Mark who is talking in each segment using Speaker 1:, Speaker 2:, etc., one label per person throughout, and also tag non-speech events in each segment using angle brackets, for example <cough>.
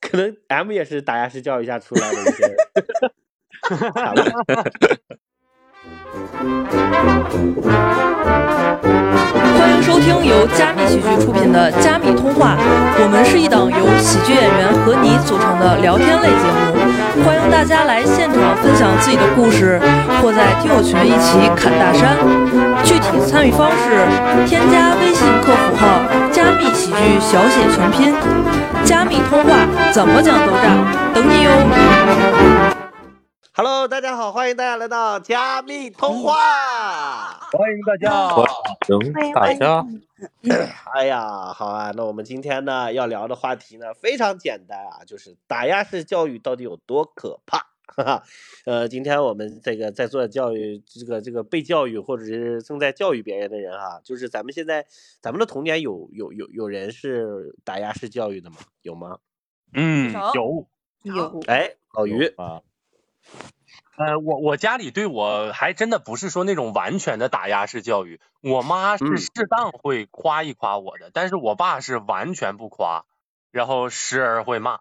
Speaker 1: 可能 M 也是打压式教育下出来的一些产物。
Speaker 2: 欢迎收听由加密喜剧出品的《加密通话》，我们是一档由喜剧演员和你组成的聊天类节目，欢迎大家来现场分享自己的故事，或在听友群一起侃大山。具体参与方式，添加微信客服号“加密喜剧”小写全拼，“加密通话”怎么讲都炸，等你哟！
Speaker 3: Hello，大家好，欢迎大家来到加密通话。
Speaker 4: 欢迎大家，
Speaker 5: 欢迎
Speaker 6: 大
Speaker 5: 欢迎
Speaker 6: 家
Speaker 3: 哎呀，好啊，那我们今天呢要聊的话题呢非常简单啊，就是打压式教育到底有多可怕。 <laughs> 哈哈，呃，今天我们这个在做教育，这个这个被教育或者是正在教育别人的人哈、就是咱们现在咱们的童年有有有有人是打压式教育的吗？有吗？
Speaker 4: 嗯
Speaker 2: 少，
Speaker 4: 有
Speaker 5: 有
Speaker 3: 哎，老于，
Speaker 4: 啊。呃，我我家里对我还真的不是说那种完全的打压式教育，我妈
Speaker 3: 嗯
Speaker 4: 是适当会夸一夸我的，但是我爸是完全不夸，然后时而会骂，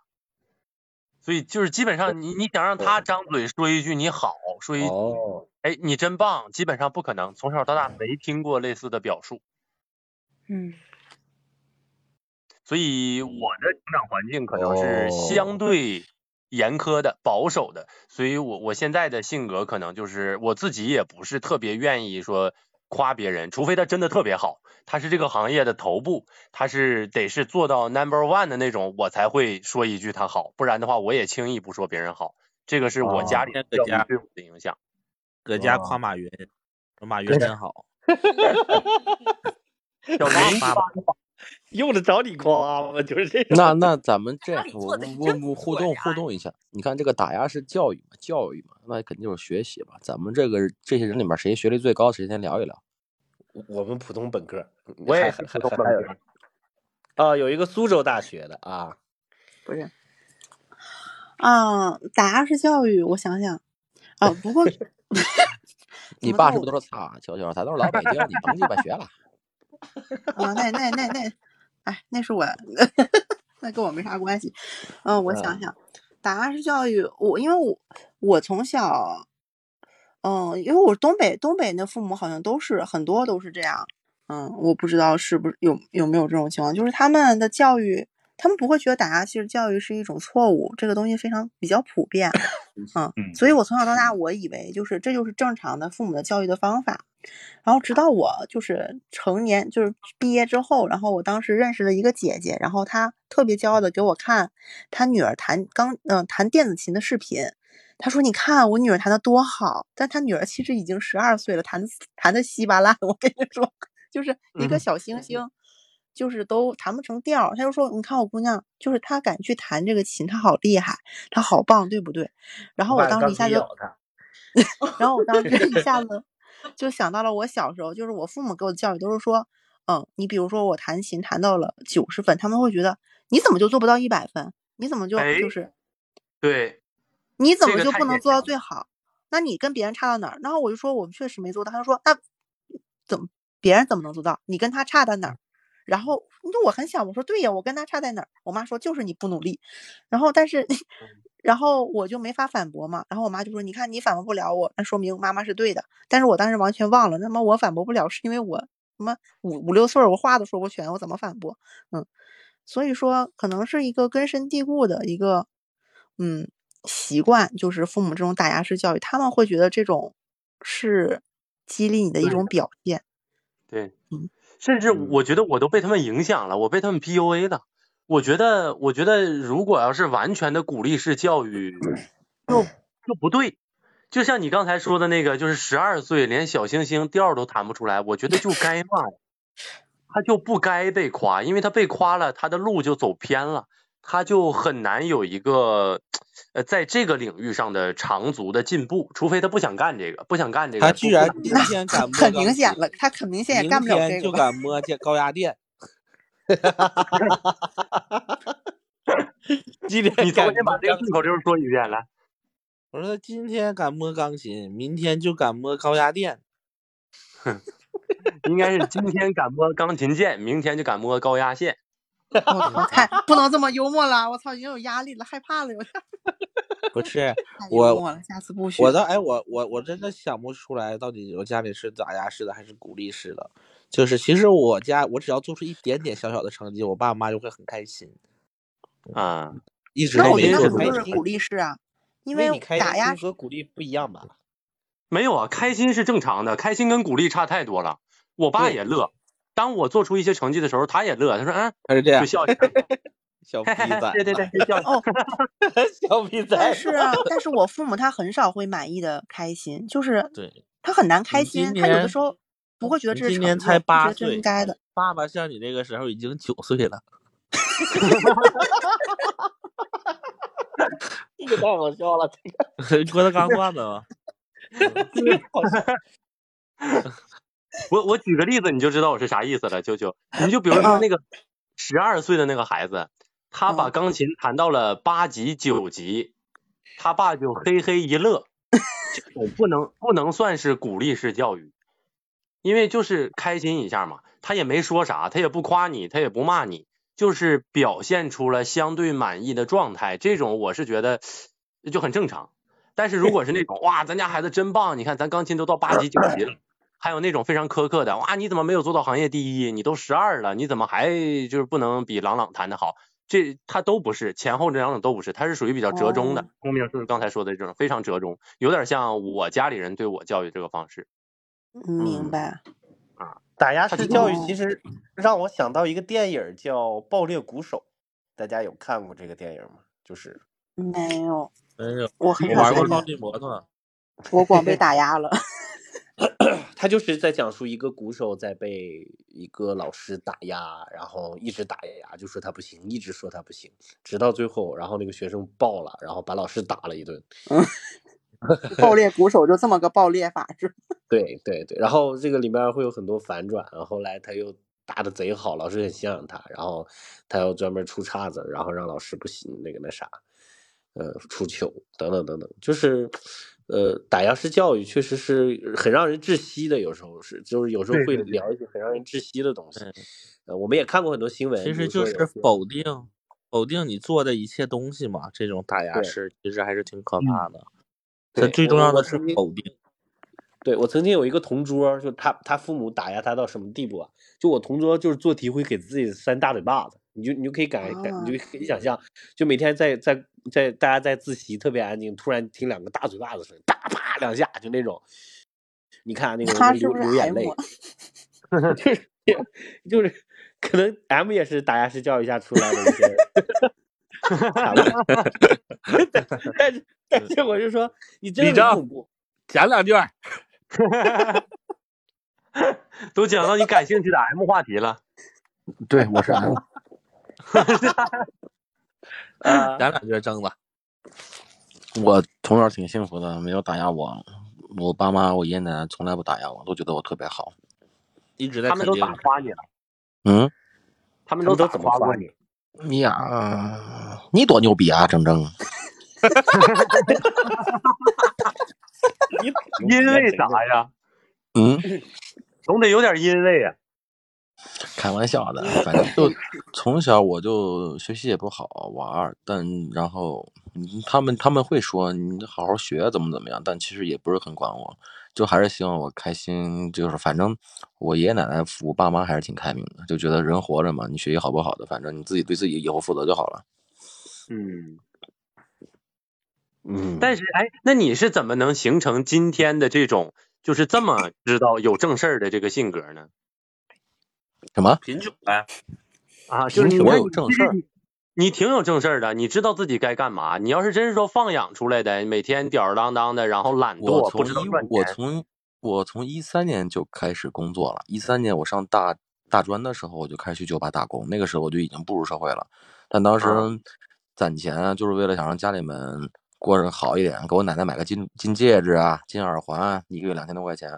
Speaker 4: 所以就是基本上你你想让他张嘴说一句你好，说一句
Speaker 3: 哦，
Speaker 4: 哎你真棒，基本上不可能，从小到大没听过类似的表述，
Speaker 5: 嗯，
Speaker 4: 所以我的成长环境可能是
Speaker 3: 哦
Speaker 4: 相对严苛的、保守的，所以我我现在的性格可能就是我自己也不是特别愿意说夸别人，除非他真的特别好，他是这个行业的头部，他是得是做到 number one 的那种，我才会说一句他好，不然的话我也轻易不说别人好。这个是我家里
Speaker 6: 那个
Speaker 4: 教
Speaker 6: 家
Speaker 4: 育对我的影响。
Speaker 6: 搁家夸马云，说马云真好。 <laughs>
Speaker 4: 小王
Speaker 6: 夸
Speaker 4: 八
Speaker 3: 用得着你夸吗？就是这种。
Speaker 7: 那那咱们这
Speaker 2: 哪
Speaker 7: 样
Speaker 2: 里，
Speaker 7: 我
Speaker 2: 做
Speaker 7: 我
Speaker 2: 得你
Speaker 7: 我
Speaker 2: 真不
Speaker 7: 我互
Speaker 2: 错
Speaker 7: 动
Speaker 2: 呀
Speaker 7: 互动一下，你看这个打压是教育嘛，教育嘛，那肯定就是学习吧。咱们这个这些人里面，谁学历最高，谁先聊一聊。
Speaker 3: 我们普通本科，
Speaker 4: 我也
Speaker 3: 还
Speaker 4: 是
Speaker 3: 还
Speaker 4: 普通
Speaker 3: 还
Speaker 4: 本
Speaker 3: 还有
Speaker 4: 科
Speaker 3: 人啊，有一个苏州大学的啊，
Speaker 5: 不是啊，打压式教育，我想想啊，不过
Speaker 7: 你
Speaker 5: 么
Speaker 7: 爸
Speaker 5: 到
Speaker 7: 是不是都是擦瞧瞧，咱都是老北京，你甭鸡巴学了。
Speaker 5: 啊，那那那那，哎，那是我， <laughs> 那跟我没啥关系。嗯、我想想，打压式教育，我因为我我从小，嗯、因为我东北东北那父母好像都是很多都是这样，嗯，我不知道是不是有有没有这种情况，就是他们的教育，他们不会觉得打压式教育是一种错误，这个东西非常比较普遍，嗯，所以我从小到大我以为就是这就是正常的父母的教育的方法，然后直到我就是成年，就是毕业之后，然后我当时认识了一个姐姐，然后她特别骄傲的给我看她女儿弹钢嗯、弹电子琴的视频，她说你看我女儿弹的多好，但她女儿其实已经十二岁了，弹得弹的稀巴烂，我跟你说，就是一个小星星。就是都弹不成调儿，她就说：“你看我姑娘，就是她敢去弹这个琴，她好厉害，她好棒，对不对？”然后我
Speaker 3: 爸
Speaker 5: 当
Speaker 3: 刚
Speaker 5: 时一下
Speaker 3: 踢
Speaker 5: 就
Speaker 3: 倒他
Speaker 5: 然后我当时一下子就想到了我小时候，就是我父母给我的教育都是说，嗯，你比如说我弹琴弹到了九十分，他们会觉得你怎么就做不到一百分？你怎么就
Speaker 4: 哎
Speaker 5: 就是
Speaker 4: 对，
Speaker 5: 你怎
Speaker 4: 这
Speaker 5: 么
Speaker 4: 个
Speaker 5: 就
Speaker 4: 太
Speaker 5: 不能
Speaker 4: 典
Speaker 5: 做到
Speaker 4: 型
Speaker 5: 最好？那你跟别人差到哪儿？然后我就说我们确实没做到。他就说那怎么别人怎么能做到？你跟他差在哪
Speaker 4: 嗯
Speaker 5: 儿？然后因为我很小，我说对呀，我跟他差在哪儿？我妈说就是你不努力。然后但是，
Speaker 4: 嗯
Speaker 5: 然后我就没法反驳嘛。然后我妈就说你看你反驳不了我，那说明妈妈是对的。但是我当时完全忘了，那么我反驳不了是因为我他妈五五六岁儿我话都说不全，我怎么反驳？嗯，所以说可能是一个根深蒂固的一个嗯习惯，就是父母这种打压式教育，他们会觉得这种是激励你的一
Speaker 4: 对
Speaker 5: 种表现。 <laughs>
Speaker 4: 对
Speaker 5: 嗯，
Speaker 4: 甚至
Speaker 3: 嗯
Speaker 4: 我觉得我都被他们影响了，我被他们 PUA 了。我觉得，我觉得如果要是完全的鼓励式教育，就就不对。就像你刚才说的那个，就是十二岁连小星星调儿都弹不出来，我觉得就该骂，他就不该被夸，因为他被夸了，他的路就走偏了，他就很难有一个呃在这个领域上的长足的进步，除非他不想干这个，不想干这个。
Speaker 6: 他居然今
Speaker 5: 那
Speaker 6: 天敢
Speaker 5: <laughs>
Speaker 6: 摸
Speaker 5: 很
Speaker 6: 钢
Speaker 5: 明显
Speaker 6: 琴
Speaker 5: 了，他很明显也
Speaker 6: 明
Speaker 5: 干不了
Speaker 6: 天
Speaker 5: 这
Speaker 6: 就
Speaker 5: 个。
Speaker 6: 敢摸这高压电，
Speaker 3: <laughs> 今天 <laughs>
Speaker 4: 你
Speaker 3: 感
Speaker 4: 重新把这个顺口溜说一遍来。
Speaker 6: 我说他今天敢摸钢琴，明天就敢摸高压电。
Speaker 4: 应该是今天敢摸钢琴键，明天就敢摸高压线。
Speaker 5: 我靠，
Speaker 6: <laughs>
Speaker 5: 太不能这么幽默了！我操，已经有压力了，害怕了，有点儿
Speaker 6: 不是
Speaker 5: 太
Speaker 6: 我
Speaker 5: 幽默了，下次不许。
Speaker 6: 我倒哎，我我我真的想不出来，到底我家里是打压式的还是鼓励式的。就是其实我家我只要做出一点点小小的成绩，我爸妈就会很开心，
Speaker 4: 啊，
Speaker 6: 一直
Speaker 5: 那
Speaker 6: 都
Speaker 5: 我觉
Speaker 6: 没
Speaker 5: 得
Speaker 6: 做
Speaker 5: 那不就
Speaker 6: 出过
Speaker 5: 是
Speaker 6: 成
Speaker 5: 鼓励式啊？因
Speaker 1: 为
Speaker 5: 为
Speaker 1: 你开
Speaker 5: 打压
Speaker 1: 心和鼓励不一样吧？
Speaker 4: 没有啊，开心是正常的，开心跟鼓励差太多了。我爸
Speaker 6: 对
Speaker 4: 也乐，当我做出一些成绩的时候，他也乐，他说嗯，
Speaker 6: 他是这样
Speaker 7: 啊
Speaker 4: 就，笑一声，
Speaker 6: 小逼
Speaker 4: 嘿嘿嘿 <laughs>
Speaker 6: 崽
Speaker 4: 对对对，就笑一声。
Speaker 5: 哦，
Speaker 1: 小逼
Speaker 5: 但
Speaker 1: 崽
Speaker 5: 是啊但是我父母他很少会满意的开心，就是
Speaker 6: 对，
Speaker 5: 他很难开
Speaker 6: 你今
Speaker 5: 心，他有的
Speaker 6: 年
Speaker 5: 时候不会觉得
Speaker 6: 你
Speaker 5: 这是
Speaker 6: 今
Speaker 5: 成
Speaker 6: 年
Speaker 5: 就，他
Speaker 6: 才
Speaker 5: 觉
Speaker 6: 八
Speaker 5: 得这是应
Speaker 6: 岁，
Speaker 5: 该的。
Speaker 6: 爸爸像你这个时候已经九岁了。 <laughs>
Speaker 1: 这个太好笑了，这
Speaker 6: <laughs> 郭德纲段子吗？
Speaker 1: 个好笑。
Speaker 4: <laughs> 我我举个例子，你就知道我是啥意思了，啾啾。你就比如说那个十二岁的那个孩子，他把
Speaker 5: 嗯
Speaker 4: 钢琴弹到了八级九级，他爸就嘿嘿一乐。这种不能不能算是鼓励式教育，因为就是开心一下嘛，他也没说啥，他也不夸你，他也不骂你，就是表现出了相对满意的状态。这种我是觉得就很正常。但是如果是那种哇，咱家孩子真棒，你看咱钢琴都到八级九级了。还有那种非常苛刻的，哇，你怎么没有做到行业第一？你都十二了，你怎么还就是不能比朗朗弹得好？这他都不是，前后这两种都不是，他是属于比较折中的
Speaker 5: 哦。
Speaker 4: 公明就是刚才说的这种非常折中，有点像我家里人对我教育这个方式。
Speaker 5: 嗯明白。
Speaker 3: 打压
Speaker 4: 他
Speaker 3: 式
Speaker 4: 就
Speaker 3: 教育
Speaker 5: 哦
Speaker 3: 其实让我想到一个电影儿叫《爆裂鼓手》，大家有看过这个电影吗？就是
Speaker 5: 没有，
Speaker 6: 没有，
Speaker 5: 我很
Speaker 6: 我
Speaker 5: 少
Speaker 6: 玩过
Speaker 5: 看
Speaker 6: 暴
Speaker 5: 电
Speaker 6: 力
Speaker 5: 影，
Speaker 6: 摩托，
Speaker 5: 我光
Speaker 6: <laughs>
Speaker 5: 被打压了。
Speaker 3: 他就是在讲述一个鼓手在被一个老师打压，然后一直打压，就说他不行，一直说他不行，直到最后，然后那个学生爆了，然后把老师打了一顿。
Speaker 5: <laughs> 爆裂鼓手就这么个爆裂法是吧？
Speaker 3: 对对对，然后这个里面会有很多反转，后来他又打的贼好，老师很信任他，然后他又专门出岔子，然后让老师不行那个那啥，呃，出糗等等等等，就是呃，打压式教育确实是很让人窒息的，有时候是就是有时候
Speaker 4: 对
Speaker 3: 会
Speaker 4: 对对
Speaker 3: 聊一些很让人窒息的东西，
Speaker 6: 嗯，
Speaker 3: 呃，我们也看过很多新闻，
Speaker 6: 其
Speaker 3: 比
Speaker 6: 实
Speaker 3: 如
Speaker 6: 就
Speaker 3: 说有
Speaker 6: 是
Speaker 3: 些
Speaker 6: 否定否定你做的一切东西嘛。这种打压
Speaker 3: 对
Speaker 6: 式其实还是挺可
Speaker 4: 嗯
Speaker 6: 怕的。它
Speaker 3: 对
Speaker 6: 最
Speaker 3: 我
Speaker 6: 重
Speaker 3: 我
Speaker 6: 要
Speaker 3: 我
Speaker 6: 的是
Speaker 3: 曾经
Speaker 6: 否定。
Speaker 3: 对我曾经有一个同桌儿，就他他父母打压他到什么地步啊？就我同桌就是做题会给自己扇大嘴巴子，你就你就可以感感，你
Speaker 5: 啊，
Speaker 3: 就可以想象，就每天在在在大家在自习特别安静，突然听两个大嘴巴子声，啪啪两下，就那种，你看那个人
Speaker 5: 他
Speaker 3: 都
Speaker 5: 是
Speaker 3: 流
Speaker 5: 不是
Speaker 3: 流眼
Speaker 5: M？
Speaker 3: 泪，
Speaker 5: 啊
Speaker 3: 就是就是 <laughs> 可能 M 也是打压式教育下出来的一些产物， <laughs> 但但是但是我就说你真
Speaker 6: 李
Speaker 3: 的很
Speaker 6: 正
Speaker 3: 恐怖，
Speaker 6: 讲两句儿，
Speaker 4: 都讲到你感兴趣的 M 话题了，
Speaker 7: 对，我是 M，
Speaker 3: 啊、
Speaker 6: 讲两句儿正子。
Speaker 7: 我从小挺幸福的，没有打压我，我爸妈、我爷爷奶奶从来不打压我，都觉得我特别好。
Speaker 6: 一直在
Speaker 4: 他们
Speaker 6: 肯
Speaker 4: 都
Speaker 6: 定
Speaker 4: 咋夸你了？
Speaker 7: 嗯
Speaker 4: 他
Speaker 3: 他们
Speaker 4: 们都
Speaker 3: 都
Speaker 4: 咋
Speaker 3: 怎么
Speaker 4: 夸
Speaker 3: 夸
Speaker 4: 过你？
Speaker 3: 你？
Speaker 7: 呀，你多牛逼啊，铮铮！
Speaker 3: 你多牛逼啊，
Speaker 4: 因为
Speaker 3: 真
Speaker 4: 啥
Speaker 3: 的。
Speaker 4: 呀？
Speaker 7: 嗯，
Speaker 4: 总得有点因为啊。
Speaker 7: 开玩笑的，反正就从小我就学习也不好玩儿，但然后嗯他们他们会说你好好学怎么怎么样，但其实也不是很管我，就还是希望我开心。就是反正我爷爷奶奶、我爸妈还是挺开明的，就觉得人活着嘛，你学习好不好的，反正你自己对自己以后负责就好了。
Speaker 4: 嗯，
Speaker 3: 嗯，
Speaker 4: 但是哎，那你是怎么能形成今天的这种就是这么知道有正事儿的这个性格呢？
Speaker 7: 什么？
Speaker 6: 贫穷呗，
Speaker 4: 啊，就是
Speaker 7: 凭
Speaker 4: 你
Speaker 7: 我
Speaker 4: 看
Speaker 7: 有
Speaker 4: 你
Speaker 7: 正
Speaker 4: 其
Speaker 7: 事
Speaker 4: 实
Speaker 7: 儿。
Speaker 4: 你你挺有正事儿的，你知道自己该干嘛。你要是真是说放养出来的，每天吊儿郎当的，然后懒
Speaker 7: 我
Speaker 4: 惰，不
Speaker 7: 从
Speaker 4: 知道
Speaker 7: 一
Speaker 4: 赚
Speaker 7: 我
Speaker 4: 钱，
Speaker 7: 从我从一三年就开始工作了，一三年我上大大专的时候我就开始去酒吧打工，那个时候我就已经步入社会了，但当时
Speaker 4: 啊
Speaker 7: 攒钱啊，就是为了想让家里们过着好一点，给我奶奶买个金金戒指啊、金耳环啊，一个月两千多块钱。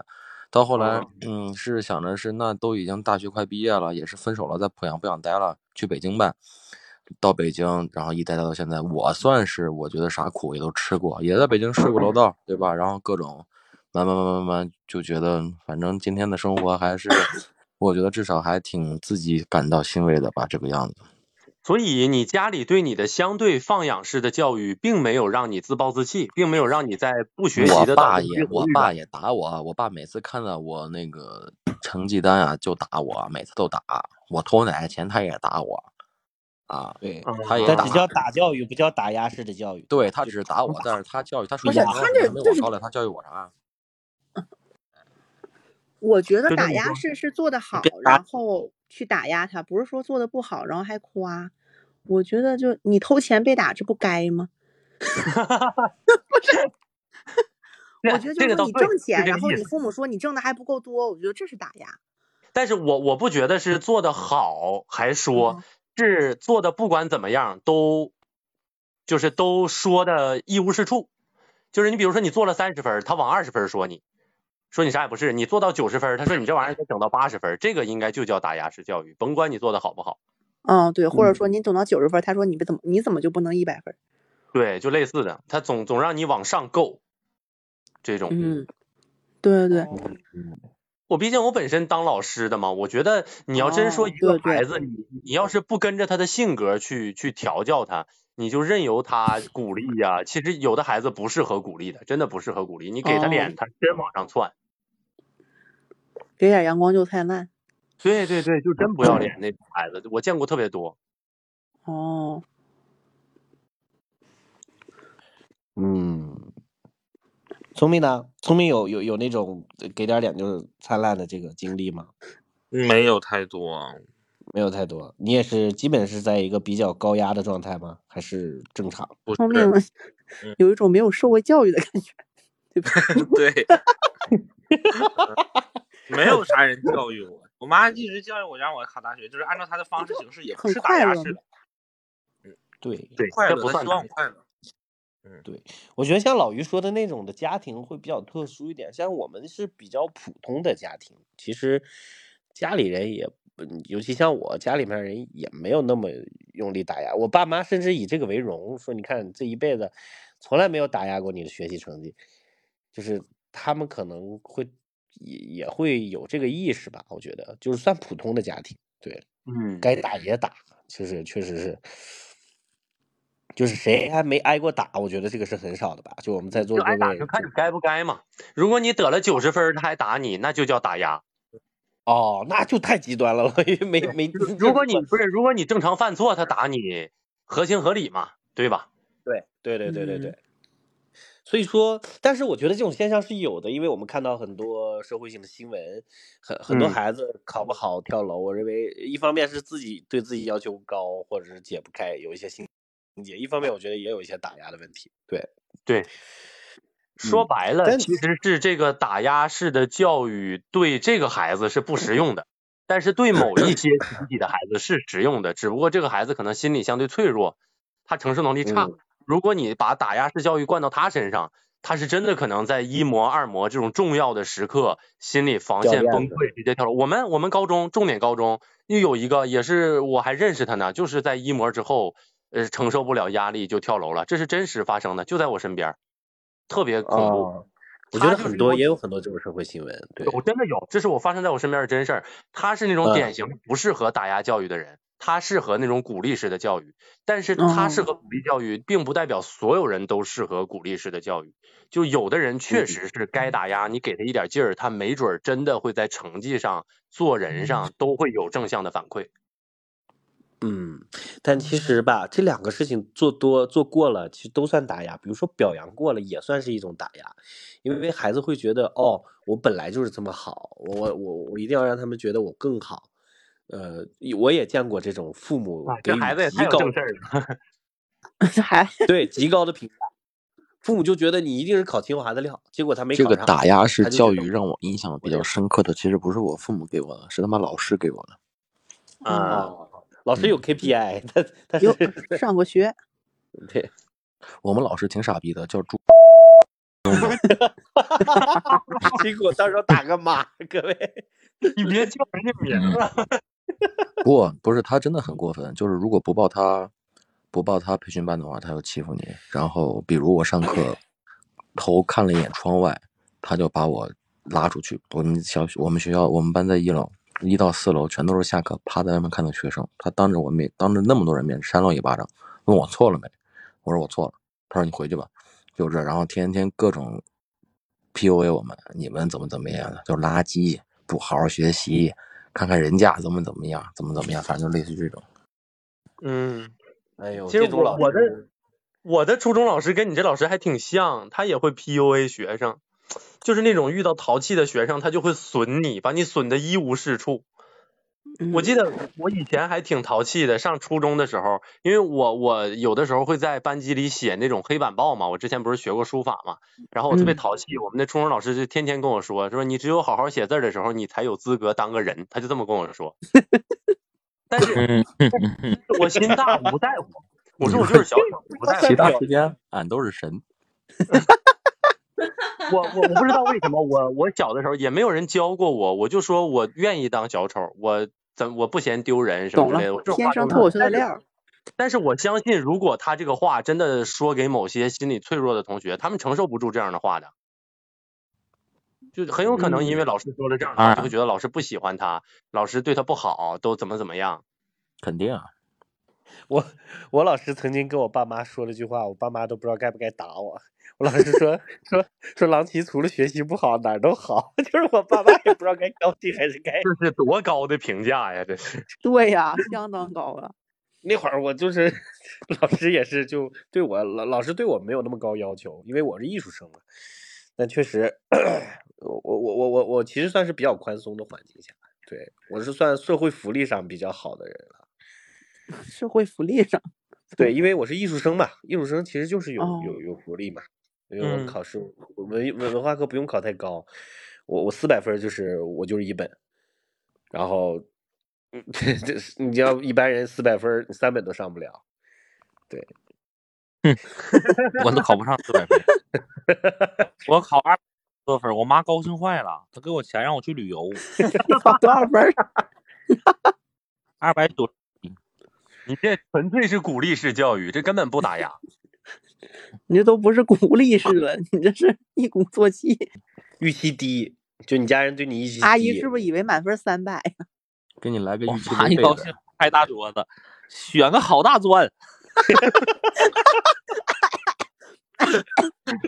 Speaker 7: 到后来，
Speaker 4: 啊
Speaker 7: 嗯，是想着是那都已经大学快毕业了，也是分手了，在濮阳不想待了，去北京呗。到北京，然后一待待到现在，我算是我觉得啥苦也都吃过，也在北京睡过楼道，对吧？然后各种，慢慢慢慢慢慢就觉得，反正 <coughs> 今天的生活还是，我觉得至少还挺自己感到欣慰的吧，这个样子。
Speaker 4: 所以你家里对你的相对放养式的教育，并没有让你自暴自弃，并没有让你在不学习
Speaker 7: 我
Speaker 4: 的道
Speaker 7: 爸
Speaker 4: 路
Speaker 7: 也
Speaker 4: 上，
Speaker 7: 我爸也打我啊，我爸每次看到我那个成绩单啊就打我，每次都打。我偷奶钱他也打我，啊，
Speaker 6: 对，
Speaker 7: 他也
Speaker 3: 但
Speaker 7: 打
Speaker 3: 只叫打教育，不叫打压式的教育。
Speaker 7: 对他只是打我，但是他教育他水
Speaker 5: 不是
Speaker 7: 平
Speaker 5: 他这
Speaker 7: 没
Speaker 5: 就
Speaker 7: 我
Speaker 5: 是
Speaker 7: 高了，他教育我啥？啊
Speaker 5: 我觉得
Speaker 4: 就这
Speaker 5: 打
Speaker 4: 么
Speaker 5: 压
Speaker 4: 说
Speaker 5: 是是做的好
Speaker 6: 别，打
Speaker 5: 然后去打压他，不是说做的不好，然后还夸。我觉得就你偷钱被打，这不该吗？
Speaker 4: 对
Speaker 5: 我觉得就
Speaker 4: 这
Speaker 5: 是
Speaker 4: 个
Speaker 5: 说
Speaker 4: 倒
Speaker 5: 你
Speaker 4: 对
Speaker 5: 挣
Speaker 4: 是
Speaker 5: 钱，
Speaker 4: 这个
Speaker 5: 然后
Speaker 4: 意
Speaker 5: 你
Speaker 4: 思。
Speaker 5: 父母说你挣的还不够多，我觉得这是打压。
Speaker 4: 但是我我不觉得是做的好，还说
Speaker 5: 嗯
Speaker 4: 是做的不管怎么样都，就是都说的一无是处。就是你比如说你做了三十分儿，他往二十分儿说你，说你啥也不是；你做到九十分儿，他说你这玩意儿得整到八十分儿，这个应该就叫打压式教育，甭管你做的好不好。
Speaker 5: 嗯，对，或者说你等到九十分，他说你不怎么你怎么就不能一百分？
Speaker 4: 对，就类似的，他总总让你往上够，这种。
Speaker 5: 嗯，对对
Speaker 2: 哦
Speaker 4: 我毕竟我本身当老师的嘛，我觉得你要真说
Speaker 5: 哦
Speaker 4: 一个
Speaker 5: 对对
Speaker 4: 孩子，你你要是不跟着他的性格去去调教他，你就任由他鼓励呀、其实有的孩子不适合鼓励的，真的不适合鼓励。你给他
Speaker 5: 哦
Speaker 4: 脸，他真往上窜。
Speaker 5: 给点阳光就灿烂。
Speaker 4: 对对对，就真不要脸那种孩子，我见过特别多。
Speaker 5: 哦，
Speaker 3: 嗯，聪明呢？聪明有有有那种呃给点脸就是灿烂的这个经历吗？
Speaker 6: 没有太多，
Speaker 3: 没有太多，你也是基本是在一个比较高压的状态吗？还是正常？
Speaker 6: 不
Speaker 5: 聪
Speaker 6: 是
Speaker 5: 明，
Speaker 4: 嗯
Speaker 5: <laughs> 有一种没有受过教育的感觉，对吧？
Speaker 6: <laughs>
Speaker 5: <laughs>
Speaker 6: 对，没有啥人教育我，我妈一直教育我让我考大学，就是按照她的方式形式，也不
Speaker 5: 很
Speaker 6: 是打
Speaker 5: 快
Speaker 6: 压
Speaker 5: 乐
Speaker 6: 式
Speaker 5: 嘛。
Speaker 6: 的，
Speaker 3: 对
Speaker 4: 对，
Speaker 6: 快
Speaker 4: 这
Speaker 6: 乐，
Speaker 4: 不
Speaker 6: 她
Speaker 4: 算
Speaker 6: 希
Speaker 4: 打
Speaker 6: 望
Speaker 4: 压。
Speaker 6: 我快乐。
Speaker 3: 对，我觉得像老于说的那种的家庭会比较特殊一点，像我们是比较普通的家庭，其实家里人也不，尤其像我家里面人也没有那么用力打压，我爸妈甚至以这个为荣，说你看这一辈子从来没有打压过你的学习成绩，就是他们可能会也也会有这个意识吧，我觉得就是算普通的家庭，对，
Speaker 4: 嗯，
Speaker 3: 该打也打，其实确实是。就是谁还没挨过打，我觉得这个是很少的吧。就我们在座
Speaker 4: 嗯
Speaker 3: 的
Speaker 4: 就
Speaker 3: 各
Speaker 4: 挨打就
Speaker 3: 位，
Speaker 4: 看你该不该嘛。如果你得了九十分儿，他还打你，那就叫打 <laughs> 压。
Speaker 3: 哦，那就太极端了，我以为没没，
Speaker 4: 如
Speaker 3: 就
Speaker 4: 如
Speaker 3: 是
Speaker 4: 果你不是，如果你正常犯错，他打你合情合理嘛，对吧？
Speaker 3: 对对对对对
Speaker 5: 嗯
Speaker 3: 对。所以说，但是我觉得这种现象是有的，因为我们看到很多社会性的新闻，很很多
Speaker 4: 嗯，
Speaker 3: 孩子考不好跳楼。我认为一方面是自己对自己要求高，或者是解不开，有一些心结；一方面我觉得也有一些打压的问题。对，
Speaker 4: 对，说
Speaker 3: 嗯，
Speaker 4: 白了，
Speaker 3: 但
Speaker 4: 其实是这个打压式的教育对这个孩子是不实用的，但是对某一些群体的孩子是实用的。只不过这个孩子可能心理相对脆弱，他承受能力差。
Speaker 3: 嗯
Speaker 4: 如果你把打压式教育灌到他身上，他是真的可能在一模、二模这种重要的时刻，心理防
Speaker 3: 掉
Speaker 4: 线
Speaker 3: 链
Speaker 4: 崩
Speaker 3: 子，
Speaker 4: 溃，直接跳楼。我们我们高中重点高中又有一个，也是我还认识他呢，就是在一模之后，呃，承受不了压力就跳楼了，这是真实发生的，就在我身边儿，特别恐怖。
Speaker 3: 哦，我觉
Speaker 4: 他
Speaker 3: 得
Speaker 4: 就是
Speaker 3: 很
Speaker 4: 那
Speaker 3: 多
Speaker 4: 种
Speaker 3: 也有很多这种社会新闻。对，
Speaker 4: 有真的有，这是我发生在我身边的真事儿。他是那
Speaker 3: 嗯
Speaker 4: 种典型不适合打压教育的人，他适合那种鼓励式的教育。但是他适
Speaker 5: 哦，
Speaker 4: 合鼓励教育，并不代表所有人都适合鼓励式的教育。就有的人确
Speaker 3: 嗯
Speaker 4: 实是该打压，你给他一点劲儿，他没准儿真的会在成绩上、做人上都会有正向的
Speaker 3: <laughs>
Speaker 4: 反馈。
Speaker 3: 嗯，但其实吧，这两个事情做多做过了，其实都算打压。比如说表扬过了，也算是一种打压，因为孩子会觉得，哦，我本来就是这么好，我我我我一定要让他们觉得我更好。呃，我也见过这种父母
Speaker 4: 啊，这
Speaker 3: 给予
Speaker 4: 孩子也太
Speaker 3: 极
Speaker 4: 有
Speaker 3: 高
Speaker 4: 正
Speaker 3: 的
Speaker 4: 事儿了。
Speaker 5: 这还
Speaker 3: 对极高的评价，父母就觉得你一定是考清华的料，结果他没
Speaker 7: 这
Speaker 3: 考
Speaker 7: 个
Speaker 3: 上，
Speaker 7: 打压式
Speaker 3: 他就觉
Speaker 7: 教
Speaker 3: 得
Speaker 7: 育让我印象
Speaker 3: 我
Speaker 7: 比
Speaker 3: 这
Speaker 7: 较深刻的，其实不是我父母给我的，是他妈老师给我的。
Speaker 4: 嗯，
Speaker 3: 哦，老师有 KPI，他 <laughs> 他
Speaker 4: <laughs>
Speaker 3: 是
Speaker 5: <laughs> 有上过学，
Speaker 3: 对，
Speaker 7: 我们老师挺傻逼的，叫朱。
Speaker 3: 结果到时候打个码，各位，
Speaker 4: 你别叫人家名儿啊。
Speaker 7: 不过不是他真的很过分，就是如果不报他，不报他培训班的话，他就欺负你。然后比如我上课，头看了一眼窗外，他就把我拉出去。我们小我们学校我们班在一楼，一到四楼全都是下课趴在外面看的学生，他当着我面当着那么多人面扇了我一巴掌，问我错了没？我说我错了。他说你回去吧，就这，然后天天各种 PUA 我们，你们怎么怎么样的，就垃圾，不好好学习，看看人家怎么怎么样，怎么怎么样，反正就类似于这种。
Speaker 4: 嗯，
Speaker 3: 哎呦，
Speaker 4: 其实
Speaker 3: 这种
Speaker 4: 我
Speaker 3: 老
Speaker 4: 我的
Speaker 3: 师
Speaker 4: 我的初中老师跟你这老师还挺像，他也会 PUA 学生，就是那种遇到淘气的学生，他就会损你，把你损的一无是处。我记得我以前还挺淘气的，上初中的时候，因为我我有的时候会在班级里写那种黑板报嘛，我之前不是学过书法嘛，然后我特别
Speaker 2: 嗯
Speaker 4: 淘气，我们的初中老师就天天跟我说，说你只有好好写字儿的时候，你才有资格当个人，他就这么跟我
Speaker 7: <laughs>
Speaker 4: 说。但是
Speaker 7: 嗯，嗯
Speaker 4: 我心大，我不在
Speaker 7: <laughs>
Speaker 4: 乎，我说我就是小丑，我不在乎。
Speaker 7: 其他时间俺都是神。
Speaker 4: 我我我不知道为什么，我我小的时候也没有人教过我，我就说我愿意当小丑，我怎我不嫌丢人什么
Speaker 5: 懂
Speaker 4: 之类
Speaker 5: 了
Speaker 4: 的，我，这种
Speaker 5: 嗯天
Speaker 4: 话
Speaker 5: 生
Speaker 4: 都
Speaker 5: 脱口
Speaker 4: 有。
Speaker 5: 秀的
Speaker 4: 但
Speaker 5: 料
Speaker 4: 是
Speaker 5: 儿。
Speaker 4: 但是我相信，如果他这个话真的说给某些心理脆弱的同学，他们承受不住这样的话的，就很有可能因为老师说了这样的
Speaker 7: 当
Speaker 4: 话，
Speaker 7: 然
Speaker 4: 就会觉得老师不喜欢他，老师对他不好，都怎么怎么样。
Speaker 7: 肯定啊，
Speaker 3: 我我老师曾经跟我爸妈说了句话，我爸妈都不知道该不该打我。我老师说说说郎奇除了学习不好哪儿都好， <laughs> 就是我爸妈也不知道该高兴还是 <laughs> 该。
Speaker 4: 这是多高的评价呀！这 <laughs> 是，
Speaker 5: 对呀、相当高了。
Speaker 3: 那会儿我就是老师也是就对我老老师对我没有那么高要求，因为我是艺术生嘛。但确实， <clears throat> 我我我我我我其实算是比较宽松的环境下，对我是算社会福利上比较好的人了。
Speaker 5: 社会福利上， <laughs>
Speaker 3: 对，因为我是艺术生嘛，艺术生其实就是有
Speaker 5: 哦
Speaker 3: 有有福利嘛，因为我们
Speaker 4: 嗯，
Speaker 3: 考试我文艺文文化课不用考太高，我我四百分儿就是我就是一本，然后这 <laughs> 这是你要一般人四百分儿你三本都上不了，对，
Speaker 8: 我都考不上四百
Speaker 4: <laughs>
Speaker 8: 分，我考二百多分，我妈高兴坏了，她给我钱让我去旅游，
Speaker 5: 你考多少分儿？
Speaker 8: 二百九，
Speaker 4: 你这纯粹是鼓励式教育，这根本不打压。
Speaker 5: 你这都不是鼓励式的，你这是 <laughs> 一鼓作气。
Speaker 3: 预期低，就你家人对你预期
Speaker 5: 阿姨
Speaker 3: 低
Speaker 5: 是，不是以为满分三
Speaker 4: <laughs>
Speaker 5: 百？
Speaker 7: 给你来个
Speaker 8: 我
Speaker 7: 预期
Speaker 8: 妈
Speaker 7: 违
Speaker 8: 一
Speaker 7: 背
Speaker 8: 高
Speaker 7: 的啊
Speaker 8: 兴。拍大桌子，选个好大专，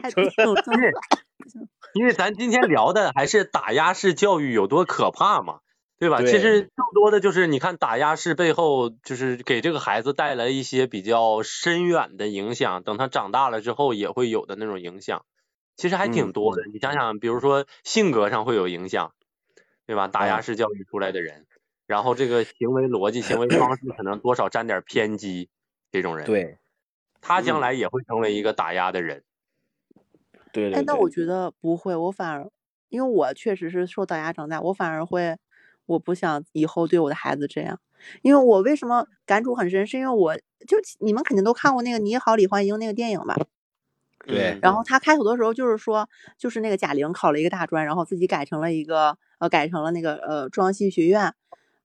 Speaker 5: 还挺有正
Speaker 4: 因为
Speaker 5: 不行
Speaker 4: 因为咱今天聊的还是打压式教育有多可怕嘛，对吧？
Speaker 3: 对
Speaker 4: 其实更多的就是你看打压式背后，就是给这个孩子带来一些比较深远的影响，等他长大了之后也会有的那种影响，其实还挺
Speaker 3: 嗯
Speaker 4: 多的。你想想，比如说性格上会有影响，对吧？打压
Speaker 3: 啊
Speaker 4: 式教育出来的人，然后这个行为逻辑、行为方式可能多少沾点偏激，这种人，
Speaker 3: 对嗯
Speaker 4: 他将来也会成为一个打压的人。
Speaker 3: 对
Speaker 5: 哎，
Speaker 3: 对
Speaker 5: 那我
Speaker 3: 对，
Speaker 5: 觉得不会，我反而因为我确实是受打压长大，我反而会，我不想以后对我的孩子这样，因为我为什么感触很深，是因为我就你们肯定都看过那个《你好，李焕英》那个电影吧？
Speaker 3: 对
Speaker 4: 嗯
Speaker 5: 然后他开头的时候就是说，就是那个贾玲考了一个大专，然后自己改成了一个呃，改成了那个呃中央戏剧学院。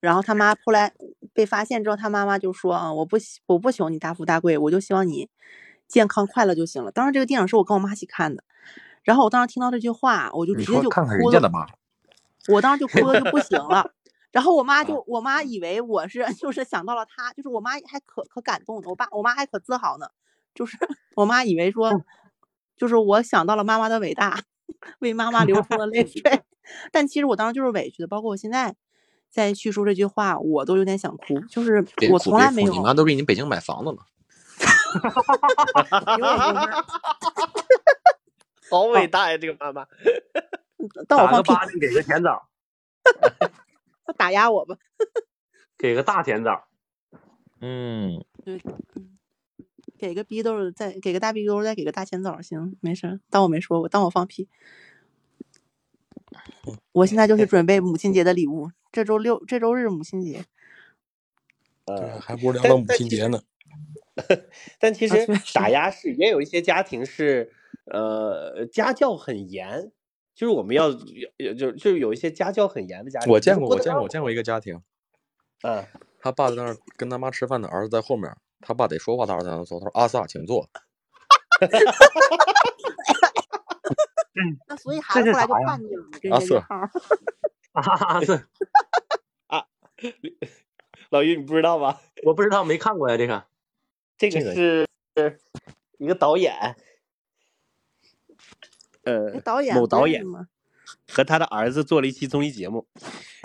Speaker 5: 然后他妈后来被发现之后，他妈妈就说：“啊，我不希我不求你大富大贵，我就希望你健康快乐就行了。”当时这个电影是我跟我妈一起看的，然后我当时听到这句话，我就
Speaker 7: 你
Speaker 5: 直接
Speaker 7: 说
Speaker 5: 就
Speaker 7: 看看人
Speaker 5: 哭
Speaker 7: 家的
Speaker 5: 的
Speaker 7: 吧，
Speaker 5: 我当时就哭的就不
Speaker 4: <laughs>
Speaker 5: 行了。然后我妈
Speaker 4: 哦
Speaker 3: 啊
Speaker 5: 就，我妈以为我是 <laughs> 就是想到了她，就是我妈还可可感动呢，我爸我妈还可自豪呢，就是 <laughs> 我妈以为
Speaker 4: 嗯
Speaker 5: 说，就是我想到了妈妈的伟大， <laughs> 为妈妈流出了
Speaker 4: <laughs>
Speaker 5: 泪水，但其实我当时就是委屈的，包括我现在在叙述这句话，我都有点想哭，就是
Speaker 7: 别
Speaker 5: 我
Speaker 7: 哭
Speaker 5: 从
Speaker 7: 别
Speaker 5: 来没
Speaker 7: 哭，你
Speaker 5: 有，
Speaker 4: 啊
Speaker 7: 妈都给你北京买房子了。
Speaker 5: 有点就是， <laughs>
Speaker 3: 好
Speaker 5: 哦
Speaker 3: 伟大呀，这个妈妈，
Speaker 5: 但我
Speaker 4: 打
Speaker 5: 放
Speaker 4: 个
Speaker 5: 屁，
Speaker 4: 巴掌，给个甜
Speaker 5: <laughs>
Speaker 4: 枣儿，
Speaker 5: 打压我吧，
Speaker 4: 给个大甜枣儿。
Speaker 8: 嗯，
Speaker 5: 给个逼兜儿，再给个大逼兜儿，再给个大钱枣儿，行，没事儿，当我没说过，当我放屁。
Speaker 3: 嗯
Speaker 5: 我现
Speaker 3: 哎
Speaker 5: 在就是准备母亲节的礼物，这周六，这周日母亲节
Speaker 7: 对啊，
Speaker 3: 呃，
Speaker 7: 还不如聊到
Speaker 3: 但
Speaker 7: 母
Speaker 3: 但
Speaker 7: 亲
Speaker 3: 其
Speaker 7: 节
Speaker 3: 实。
Speaker 7: 呢。
Speaker 3: <laughs> 但
Speaker 7: <laughs>
Speaker 3: 其
Speaker 5: 啊，
Speaker 3: 实
Speaker 5: 确实，
Speaker 3: 打压是也有一些家庭是，呃，家教很严，就是我们要有就就是有一些家教很严的家
Speaker 7: 我
Speaker 3: 庭，比
Speaker 7: 见
Speaker 3: 如
Speaker 7: 过，
Speaker 3: 郭
Speaker 7: 我
Speaker 3: 德
Speaker 7: 见
Speaker 3: 纲
Speaker 7: 过，我见过一个家庭，
Speaker 3: 啊，
Speaker 7: 他爸在那儿跟他妈吃饭呢，儿子在后面儿，他爸得说话，他儿子才能坐。他说：“阿 sa，请坐。
Speaker 5: 那所以孩
Speaker 4: 这
Speaker 5: 子
Speaker 4: 是
Speaker 5: 后
Speaker 4: 啥
Speaker 5: 来就
Speaker 4: 呀？
Speaker 5: 叛逆了嘛，跟
Speaker 7: 阿
Speaker 3: 啊
Speaker 5: 人家约
Speaker 7: Sir，
Speaker 3: <laughs>
Speaker 5: 炮儿。
Speaker 4: 啊，是
Speaker 3: 老于，你不知道吗？
Speaker 4: 我不知道，没看过呀，这个
Speaker 3: 这个
Speaker 7: 这个
Speaker 3: 是一个导演，呃，
Speaker 5: 导演
Speaker 3: 某
Speaker 5: 不
Speaker 3: 导
Speaker 5: 认
Speaker 3: 演
Speaker 5: 识吗？
Speaker 3: 和他的儿子做了一期综艺节目，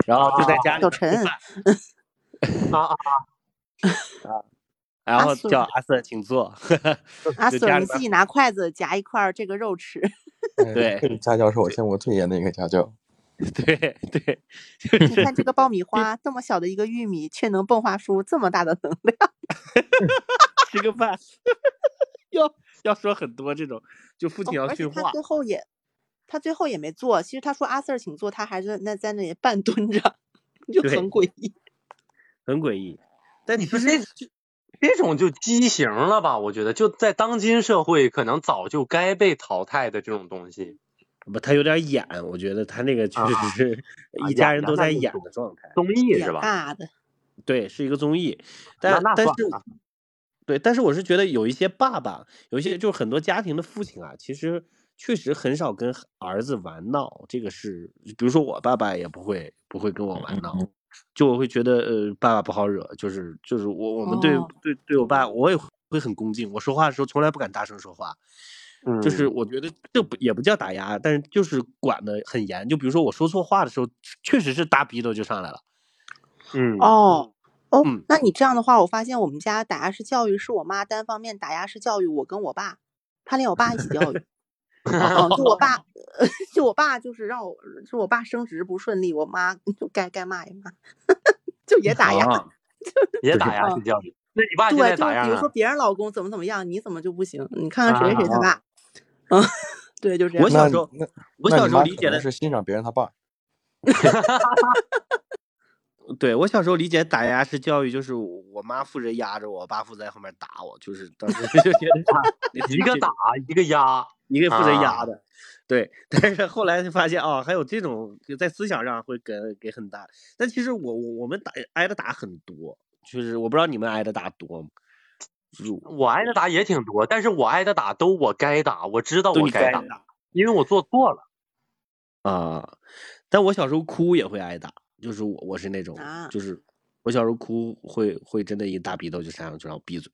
Speaker 3: 然后就在家里
Speaker 5: 小
Speaker 3: 面
Speaker 5: 陈
Speaker 3: 吃饭，
Speaker 4: 啊啊，
Speaker 3: 然后
Speaker 5: 瑟
Speaker 3: 叫阿瑟请坐， <laughs>
Speaker 5: 阿
Speaker 3: 就
Speaker 5: Sir，
Speaker 3: 家里
Speaker 5: 你啊自
Speaker 3: 面
Speaker 5: 己拿筷子夹一块儿这个肉吃。
Speaker 3: <laughs>
Speaker 6: 嗯
Speaker 3: 对，
Speaker 7: 家教是我见过最严的一个家教。
Speaker 3: 对对， <laughs>
Speaker 5: 你看这个爆米花，这么小的一个玉米，却能迸发出这么大的能量。
Speaker 3: 吃个饭， <laughs> 要要说很多这种，就父亲
Speaker 5: 哦
Speaker 3: 要
Speaker 5: 而且
Speaker 3: 训
Speaker 5: 他
Speaker 3: 话，
Speaker 5: 最后也，他最后也没做。其实他说阿 Sir 请坐，他还是那在那里半蹲着， <laughs> 就
Speaker 3: 对
Speaker 5: 很诡异。
Speaker 3: 很诡异。但
Speaker 4: 你
Speaker 3: 其
Speaker 4: 说
Speaker 3: 实
Speaker 4: 这这种就畸形了吧？我觉得就在当今社会，可能早就该被淘汰的这种东西。
Speaker 3: 不，他有点演，我觉得他那个确
Speaker 4: 啊
Speaker 3: 实是 <laughs>
Speaker 4: 啊
Speaker 3: 一家
Speaker 4: 演
Speaker 3: 人
Speaker 4: 呀
Speaker 3: 都
Speaker 4: 那
Speaker 3: 在
Speaker 4: 就
Speaker 3: 演
Speaker 4: 行
Speaker 3: 的状态。
Speaker 4: 综艺
Speaker 5: 也
Speaker 4: 是吧？
Speaker 5: 尬的，
Speaker 3: 对，是一个综艺，
Speaker 4: 那
Speaker 3: 但
Speaker 4: 那
Speaker 3: 但
Speaker 4: 算
Speaker 3: 是
Speaker 4: 了，
Speaker 3: 对，但是我是觉得有一些爸爸，有一些就是很多家庭的父亲啊，其实确实很少跟儿子玩闹，这个是，比如说我爸爸也不会不会跟我玩闹，就我会觉得呃爸爸不好惹，就是就是我我们对、
Speaker 2: 哦
Speaker 3: 对对我爸我也会很恭敬，我说话的时候从来不敢大声说话，就是
Speaker 4: 嗯，
Speaker 3: 我觉得这不也不叫打压，但是就是管的很严，就比如说我说错话的时候，确实是大逼斗就上来了，
Speaker 4: 嗯，
Speaker 5: 哦哦
Speaker 3: 嗯，
Speaker 5: 那你这样的话，我发现我们家打压式教育是我妈单方面打压式教育我跟我爸，他连我爸一起
Speaker 4: <laughs>
Speaker 5: 教育。嗯，就我爸， <laughs> 就我爸就是让我，就我爸升职不顺利，我妈就该该骂也骂， <laughs> 就也打压。
Speaker 3: 啊，
Speaker 4: 也 <laughs>
Speaker 7: 对
Speaker 4: 打压
Speaker 5: 嗯
Speaker 4: 式教育。那哦你爸现
Speaker 5: 对，
Speaker 4: 在
Speaker 5: 就
Speaker 4: 咋
Speaker 5: 是比
Speaker 4: 样
Speaker 5: 如
Speaker 4: 啊
Speaker 5: 说？别人老公怎么怎么样，你怎么就不行？你看看谁
Speaker 4: 啊
Speaker 5: 谁他爸。嗯， <laughs> 对，就这
Speaker 3: 我
Speaker 5: 样。
Speaker 3: 小
Speaker 7: 那
Speaker 3: 时候
Speaker 7: 那
Speaker 3: 我
Speaker 7: 那
Speaker 3: 小
Speaker 7: 你
Speaker 3: 时候
Speaker 7: 妈
Speaker 3: 理
Speaker 7: 可
Speaker 3: 解
Speaker 7: 能
Speaker 3: 的。
Speaker 7: 是欣赏别人他爸。
Speaker 3: 对我小时候理解打压式教育，就是我妈负责压着我，我爸负责在后面打我，就是当时就觉得那
Speaker 4: 一个
Speaker 3: 这
Speaker 4: 打一个压，
Speaker 3: 一个负责
Speaker 4: 啊
Speaker 3: 压的，对。但是后来就发现哦，还有这种就在思想上会给给很大。但其实我我我们打挨的打很多，就是我不知道你们挨的打多吗？就是
Speaker 4: 我挨的打也挺多，但是我挨的打都我该打，我知道
Speaker 3: 都
Speaker 4: 我
Speaker 3: 你
Speaker 4: 该
Speaker 3: 该
Speaker 4: 打，
Speaker 3: 打
Speaker 4: 因为我做错了。
Speaker 3: 啊。但我小时候哭也会挨打，就是我我是那种
Speaker 5: 啊，
Speaker 3: 就是我小时候哭会会真的一大逼斗就扇上去让我闭嘴，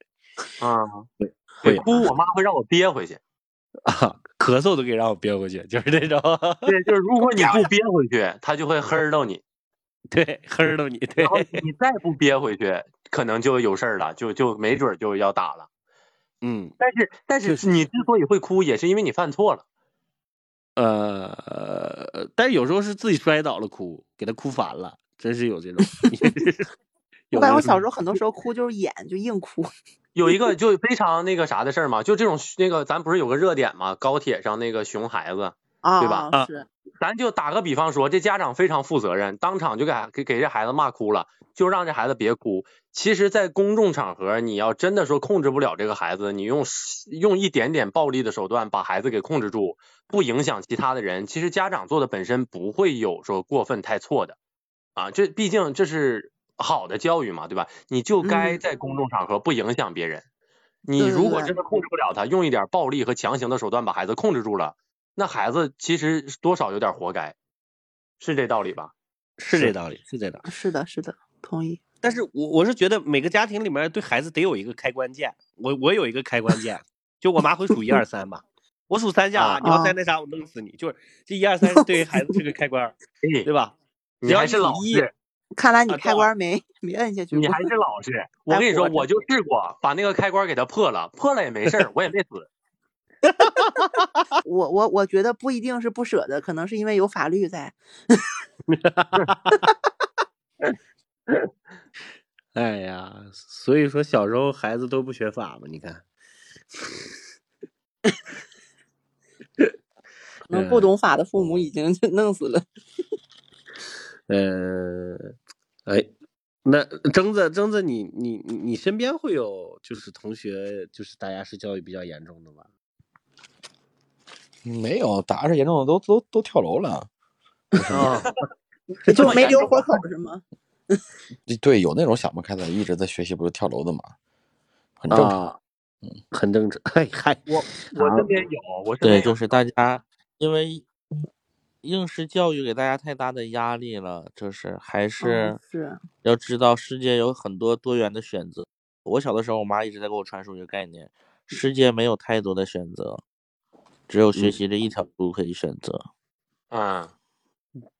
Speaker 4: 啊，
Speaker 3: 会
Speaker 4: 对，
Speaker 3: 会有。
Speaker 4: 哭我妈会让我憋回去。
Speaker 3: 啊，咳嗽都给让我憋回去，就是那种，
Speaker 4: 对，就是如果你不憋回去，她就会哼到你， <laughs>
Speaker 3: 对，哼着你，对
Speaker 4: 然后，你再不憋回去，可能就有事儿了，就就没准儿就要打了。
Speaker 3: 嗯，
Speaker 4: 但是但
Speaker 3: 确
Speaker 4: 是
Speaker 3: 实，
Speaker 4: 你之所以会哭，也是因为你犯错了。
Speaker 3: 呃，但是有时候是自己摔倒了哭，给他哭烦了，真是有这
Speaker 4: <laughs>
Speaker 3: 种， <laughs>
Speaker 5: 我
Speaker 3: 有
Speaker 5: 感觉
Speaker 3: 这
Speaker 5: 我小
Speaker 3: 种，
Speaker 5: 时候很多时候哭就是演，就硬哭。
Speaker 4: 有一个就非常那个啥的事儿嘛，就这种那个，咱不是有个热点嘛，高铁上那个熊孩子，
Speaker 5: 啊、
Speaker 4: 对吧
Speaker 5: 啊是，
Speaker 4: 咱就打个比方说，这家长非常负责任，当场就给孩给给这孩子骂哭了，就让这孩子别哭。其实，在公众场合，你要真的说控制不了这个孩子，你用用一点点暴力的手段把孩子给控制住，不影响其他的人。其实家长做的本身不会有说过分太错的啊，这毕竟这是好的教育嘛，对吧？你就该
Speaker 5: 嗯，
Speaker 4: 在公众场合不影响别人。你
Speaker 5: 对对
Speaker 4: 如
Speaker 5: 对
Speaker 4: 果真的控制不了他，用一点暴力和强行的手段把孩子控制住了，那孩子其实多少有点活该，是这道理吧？
Speaker 3: 是这
Speaker 7: 是
Speaker 3: 道理，是这道理。
Speaker 5: 是的，是的，同意。
Speaker 3: 但是我我是觉得每个家庭里面对孩子得有一个开关键，我我有一个开关键，就我妈会数一二三吧，我数三下
Speaker 4: 啊
Speaker 3: 啊，你要再
Speaker 5: 啊
Speaker 3: 那啥我弄死你，就是这一
Speaker 5: <laughs>
Speaker 3: 二三是对于孩子是个开关，
Speaker 4: 哎，
Speaker 3: 对吧？只
Speaker 4: 你
Speaker 3: 要
Speaker 4: 还
Speaker 3: 一
Speaker 4: 是
Speaker 3: 数
Speaker 4: 老
Speaker 3: 一
Speaker 4: 实，
Speaker 5: 看来你
Speaker 3: 啊
Speaker 5: 开
Speaker 3: 到
Speaker 5: 关没没摁下去
Speaker 4: 你
Speaker 5: 过，
Speaker 4: 还是老实。我
Speaker 5: 还
Speaker 4: 跟你说，
Speaker 5: 活着。
Speaker 4: 我就试过把那个开关给它破了，破了也没事
Speaker 3: <laughs>
Speaker 4: 儿，我也没死。
Speaker 5: 我我我觉得不一定是不舍得，可能是因为有法律在。
Speaker 3: 哎呀，所以说小时候孩子都不学法嘛，你看，
Speaker 5: 可能
Speaker 3: 嗯
Speaker 5: 不懂法的父母已经 <laughs> 就弄死了。
Speaker 3: 嗯，哎，那征子，征子你，你你你身边会有就是同学就是打压式教育比较严重的吗？
Speaker 7: 嗯没有，打是严重的都都都跳楼了。我身边
Speaker 3: 啊、这
Speaker 5: 就
Speaker 3: 么
Speaker 5: 没
Speaker 3: 严
Speaker 5: 留
Speaker 3: 重
Speaker 5: 活
Speaker 3: 吗？
Speaker 5: 口是吗？哦
Speaker 7: 对有那种想不开的，一直在学习不是跳楼的嘛，很正常。嗯
Speaker 3: 啊，很正常。嗨嗨， <laughs>
Speaker 4: 我我
Speaker 3: 啊，
Speaker 4: 身边有，我身
Speaker 6: 对，
Speaker 4: 边有
Speaker 6: 就是大家因为应试教育给大家太大的压力了，就是
Speaker 7: 嗯
Speaker 6: 还是
Speaker 5: 是
Speaker 6: 要知道世界有很多多元的选择。我小的时候，我妈一直在给我传输一个概念：世界没有太多的选择，只有学习这一条路可以选择。
Speaker 4: 嗯，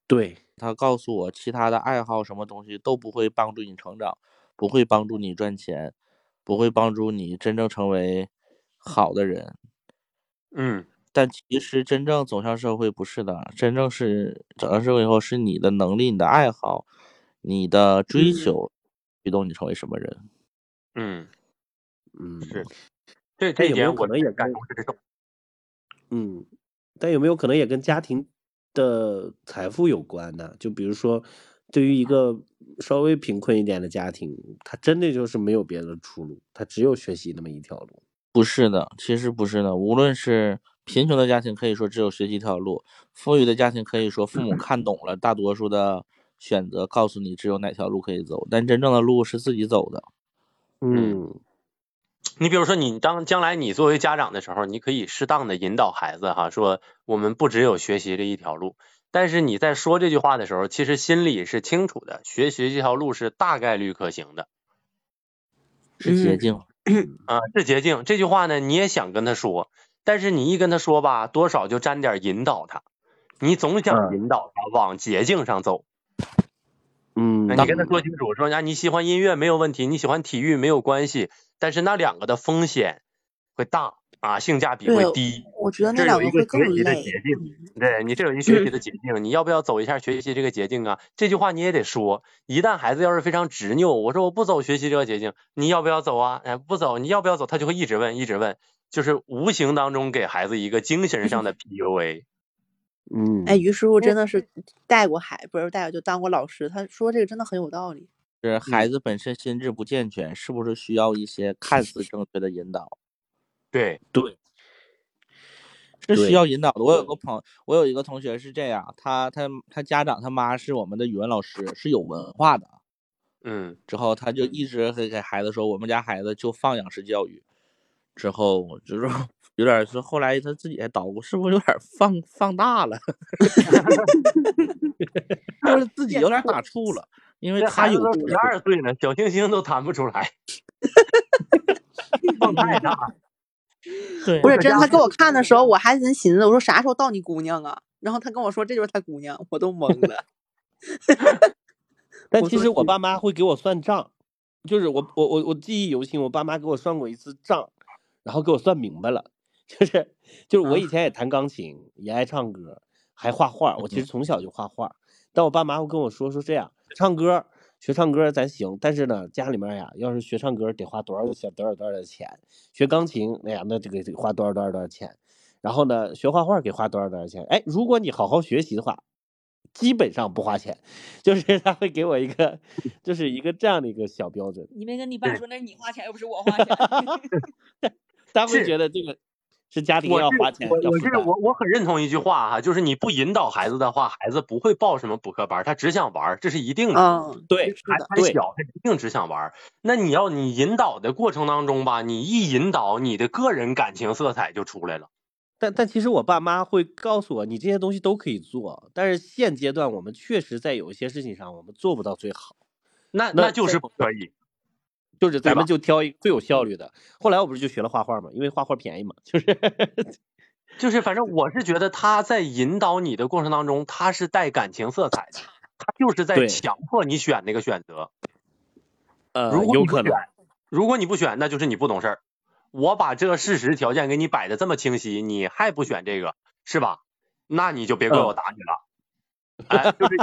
Speaker 3: 对，
Speaker 6: 她告诉我，其他的爱好什么东西都不会帮助你成长，不会帮助你赚钱，不会帮助你真正成为好的人。
Speaker 4: 嗯，
Speaker 6: 但其实真正走向社会不是的，真正是走向社会以后，是你的能力、你的爱好、你的追
Speaker 5: 嗯
Speaker 6: 求，驱动你成为什么人。
Speaker 4: 嗯，
Speaker 3: 嗯，
Speaker 4: 是这
Speaker 3: 但
Speaker 4: 这一
Speaker 3: 有没有
Speaker 4: 点
Speaker 3: 可
Speaker 4: 我
Speaker 3: 能也
Speaker 4: 感
Speaker 3: 跟
Speaker 4: 同身受。
Speaker 3: 嗯，但有没有可能也跟家庭的财富有关呢？就比如说，对于一个稍微贫困一点的家庭，他真的就是没有别的出路，他只有学习那么一条路。
Speaker 6: 不是的，其实不是的。无论是贫穷的家庭，可以说只有学习一条路；富裕的家庭，可以说父母看懂了大多数的选择，告诉你只有哪条路可以走。但真正的路是自己走的。
Speaker 4: 嗯
Speaker 3: 嗯
Speaker 4: 你比如说，你当将来你作为家长的时候，你可以适当的引导孩子哈，说我们不只有学习这一条路。但是你在说这句话的时候，其实心里是清楚的，学习这条路是大概率可行的。
Speaker 6: 是捷
Speaker 5: 嗯
Speaker 6: 径。
Speaker 4: 啊，是捷径。这句话呢，你也想跟他说，但是你一跟他说吧，多少就沾点引导他，你总想
Speaker 3: 嗯
Speaker 4: 引导他往捷径上走。那
Speaker 3: 嗯，
Speaker 4: 你跟他说清楚，说啊，你喜欢音乐没有问题，你喜欢体育没有关系，但是那两个的风险会大啊，性价比
Speaker 5: 对
Speaker 4: 会，低，
Speaker 5: 我觉得
Speaker 4: 这
Speaker 5: 那
Speaker 4: 儿有
Speaker 5: 两
Speaker 4: 一
Speaker 5: 个
Speaker 4: 个
Speaker 5: 会
Speaker 4: 学
Speaker 5: 更
Speaker 4: 习的
Speaker 5: 累。
Speaker 4: 捷径。
Speaker 5: 嗯
Speaker 4: 对你这有一学习的捷径，你要不要走一下学习这个捷径啊？这句话你也得说。一旦孩子要是非常执拗，我说我不走学习这个捷径，你要不要走啊？哎，不走，你要不要走？他就会一直问，一直问，就是无形当中给孩子一个精神上的 PUA。
Speaker 3: 嗯，
Speaker 5: 哎，于师傅
Speaker 6: 我
Speaker 5: 真的是带过孩，不是带过，就当过老师。他说这个真的很有道理。
Speaker 6: 是孩子本身心智不健全，是不是需要一些看似正确的引导？
Speaker 4: 对，
Speaker 3: 对
Speaker 6: 是需
Speaker 3: 对
Speaker 6: 要引导的。我有个朋我有一个同学是这样，他他他家长他妈是我们的语文老师，是有文化的。
Speaker 4: 嗯
Speaker 6: 之后他就一直给给孩子说，我们家孩子就放养式教育。之后就是 <laughs> 有点是后来他自己还捣鼓，是不是有点放放大了？ <laughs> 就是自己有点打怵了，因为
Speaker 4: 这
Speaker 6: 他
Speaker 4: 孩子
Speaker 6: 有
Speaker 4: 都
Speaker 6: 这个
Speaker 4: 十二岁了，小清新都谈不出
Speaker 6: <laughs>
Speaker 4: 来，放太大了。
Speaker 6: 对
Speaker 5: 不
Speaker 4: 我
Speaker 5: 是
Speaker 4: 搁
Speaker 5: 真，
Speaker 4: 家
Speaker 5: 他给我看的时候，我还真寻思，我说啥时候到你姑娘啊？然后他跟我说这就是他姑娘，我都懵了。
Speaker 3: 但
Speaker 5: 我
Speaker 3: 其
Speaker 5: 说
Speaker 3: 实我
Speaker 5: 是
Speaker 3: 爸妈会给我算账，就是我我我我记忆犹新，我爸妈给我算过一次账，然后给我算明白了， <laughs> 就是就是我
Speaker 4: 啊
Speaker 3: 以前也弹钢琴，也爱唱歌，还画画，我其实
Speaker 6: 嗯
Speaker 3: 从小就画画，但我爸妈会跟我说说这样，唱歌学唱歌咱行，但是呢家里面呀，要是学唱歌得花多少小多少多少的钱，学钢琴哎呀那这个得花多少多少多少钱，然后呢学画画给花多少多少钱，哎如果你好好学习的话，基本上不花钱。就是他会给我一个，就是一个这样的一个小标准，
Speaker 9: 你没跟你爸
Speaker 4: 对，
Speaker 9: 说那是你花钱，又不是我花 <laughs> 钱。
Speaker 3: 他会
Speaker 4: 是
Speaker 3: 觉得这个是家庭
Speaker 4: 我
Speaker 3: 要
Speaker 4: 是
Speaker 3: 花
Speaker 4: 我
Speaker 3: 钱要
Speaker 4: 我
Speaker 3: 负
Speaker 4: 是
Speaker 3: 担。
Speaker 4: 我我很认同一句话哈、啊就是你不引导孩子的话，孩子不会报什么补课班儿，他只想玩儿，这是一定的。
Speaker 5: 嗯，
Speaker 3: 对
Speaker 5: 是是
Speaker 4: 孩子
Speaker 5: 的，
Speaker 4: 还
Speaker 3: 对，
Speaker 4: 小，他一定只想玩儿。那你要你引导的过程当中吧，你一引导，你的个人感情色彩就出来了。
Speaker 3: 但但其实我爸妈会告诉我，你这些东西都可以做，但是现阶段我们确实在有一些事情上我们做不到最好。
Speaker 4: 那
Speaker 3: 那
Speaker 4: 那就
Speaker 3: 在
Speaker 4: 是不可以，
Speaker 3: 就是
Speaker 4: 对
Speaker 3: 咱
Speaker 4: 吧？
Speaker 3: 们就挑一个最有效率的。后来我不是就学了画画嘛，因为画画便宜嘛，
Speaker 4: <laughs>
Speaker 3: 就是
Speaker 4: 就是反正我是觉得他在引导你的过程当中，他是带感情色彩的，他就是在
Speaker 3: 对，
Speaker 4: 强迫你选那个选择。如
Speaker 3: 呃，
Speaker 4: 果
Speaker 3: 有
Speaker 4: 你不
Speaker 3: 可
Speaker 4: 选，
Speaker 3: 能，
Speaker 4: 如果你不选，那就是你不懂事儿。我把这个事实条件给你摆的这么清晰，你还不选这个，是吧？那你就别怪
Speaker 3: 嗯，
Speaker 4: 我打你了。哎，就是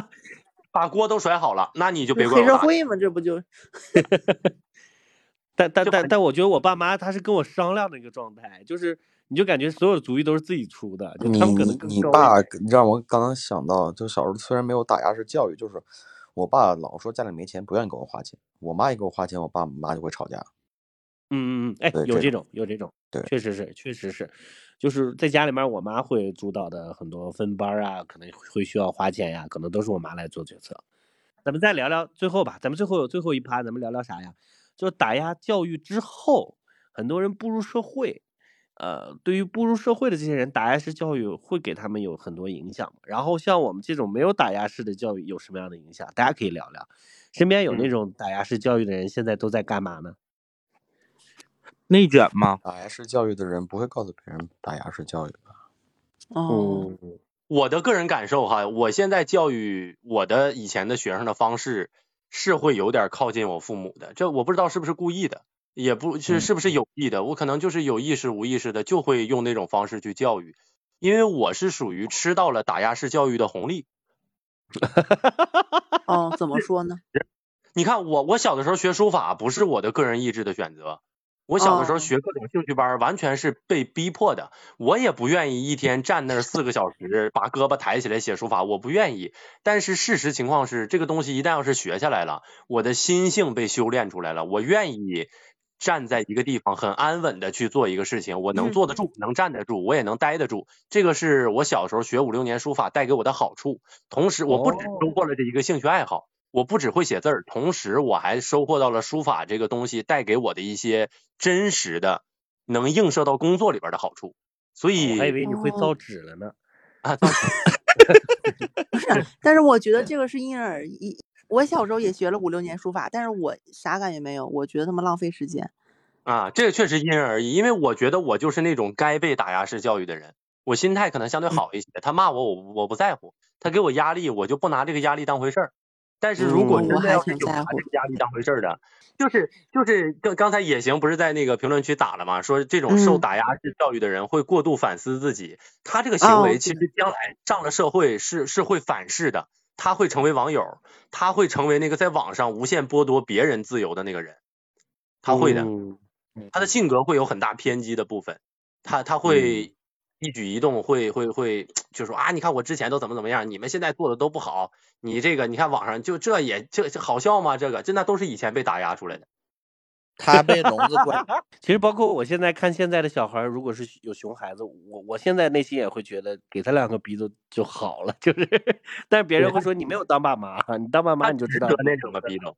Speaker 4: 把锅都甩好了，那你就
Speaker 5: 这
Speaker 4: 别怪
Speaker 5: 黑
Speaker 4: 我
Speaker 5: 社
Speaker 4: 打你。
Speaker 5: 会嘛，这不就
Speaker 3: 但但
Speaker 4: 就反
Speaker 3: 但但我觉得我爸妈他是跟我商量的一个状态，就是你就感觉所有的主意都是自己出的，就他们
Speaker 7: 你
Speaker 3: 可能
Speaker 7: 你
Speaker 3: 更
Speaker 7: 你
Speaker 3: 高一
Speaker 7: 爸
Speaker 3: 点。
Speaker 7: 让我刚刚想到，就小时候虽然没有打压式教育，就是我爸老说家里没钱，不愿意给我花钱，我妈一给我花钱，我爸妈就会吵架。
Speaker 3: 嗯嗯嗯，哎，
Speaker 7: 对，
Speaker 3: 有
Speaker 7: 这
Speaker 3: 这
Speaker 7: 种
Speaker 3: 种，有这种，
Speaker 7: 对，
Speaker 3: 确实是，确实是，就是在家里面，我妈会主导的很多分班儿啊，可能会需要花钱呀、可能都是我妈来做决策。咱们再聊聊最后吧，咱们最后最后一趴，咱们聊聊啥呀？就是打压教育之后，很多人步入社会，呃，对于步入社会的这些人，打压式教育会给他们有很多影响。然后像我们这种没有打压式的教育有什么样的影响？大家可以聊聊。身边有那
Speaker 4: 嗯，
Speaker 3: 种打压式教育的人，现在都在干嘛呢？
Speaker 6: 内卷吗？
Speaker 7: 打压式教育的人不会告诉别人打压式教育吧？
Speaker 5: 哦，
Speaker 3: 嗯
Speaker 4: 我的个人感受哈，我现在教育我的以前的学生的方式是会有点靠近我父母的，这我不知道是不是故意的，也不是
Speaker 6: 嗯
Speaker 4: 是不是有意的，我可能就是有意识无意识的就会用那种方式去教育，因为我是属于吃到了打压式教育的红利。
Speaker 5: 哦，怎么说呢？
Speaker 4: 你看我，我小的时候学书法不是我的个人意志的选择，我小的时候
Speaker 5: 哦，
Speaker 4: 学各种兴趣班儿完全是被逼迫的，我也不愿意一天站那儿四个小时，把胳膊抬起来写书法，我不愿意。但是事实情况是，这个东西一旦要是学下来了，我的心性被修炼出来了，我愿意站在一个地方很安稳的去做一个事情，我能
Speaker 5: 嗯
Speaker 4: 坐得住，能站得住，我也能待得住。这个是我小时候学五六年书法带给我的好处，同时我不只收
Speaker 3: 哦，
Speaker 4: 获了这一个兴趣爱好。我不只会写字儿，同时我还收获到了书法这个东西带给我的一些真实的，能映射到工作里边儿的好处。所
Speaker 3: 哦，我还以
Speaker 4: 以
Speaker 3: 为你会
Speaker 5: 哦，
Speaker 3: 造纸了呢。
Speaker 4: 啊，造纸
Speaker 5: 不是，但是我觉得这个是因人而异。我小时候也学了五六年书法，但是我啥感觉没有，我觉得他妈浪费时间。
Speaker 4: 啊，这个确实因人而异。因为我觉得我就是那种该被打压式教育的人，我心态可能相
Speaker 5: 嗯
Speaker 4: 对好一些。他骂我，我我不在乎；他给我压力，我就不拿这个压力当回事儿。但是如
Speaker 5: 哦，
Speaker 4: 果
Speaker 5: 我
Speaker 4: 真的
Speaker 5: 还
Speaker 4: 要是
Speaker 5: 挺
Speaker 4: 有拿
Speaker 5: 在乎
Speaker 4: 这
Speaker 5: 的。
Speaker 4: 个压力当回事儿的，就是就是刚刚才野行不是在那个评论区打了嘛，说这种受
Speaker 5: 嗯，
Speaker 4: 打压式教育的人会过度反思自己，他这个行
Speaker 5: 哦，
Speaker 4: 为
Speaker 5: 对，
Speaker 4: 其实将来上了社会是是会反噬的，他会成为网友，他会成为那个在网上无限剥夺别人自由的那个人，他会的。
Speaker 3: 嗯嗯
Speaker 4: 他的性格会有很大偏激的部分，他他
Speaker 3: 嗯
Speaker 4: 会一举一动会会会就说啊，你看我之前都怎么怎么样，你们现在做的都不好，你这个你看网上就这也这这好笑吗？这个这那都是以前被打压出来的。
Speaker 6: 他被笼子关，
Speaker 3: 其实包括我现在看现在的小孩儿，如果是有熊孩子，我我现在内心也会觉得给他两个鼻子就好了， <laughs> 就是，但是别
Speaker 4: 对啊
Speaker 3: 人
Speaker 4: 他
Speaker 3: 会说你没有当爸妈，你当爸
Speaker 4: 他
Speaker 3: 妈你就知
Speaker 4: 值
Speaker 3: 道
Speaker 4: 得
Speaker 3: 你
Speaker 4: 那
Speaker 3: 怎
Speaker 4: 两
Speaker 3: 么
Speaker 4: 个
Speaker 3: 的了。
Speaker 4: 逼斗。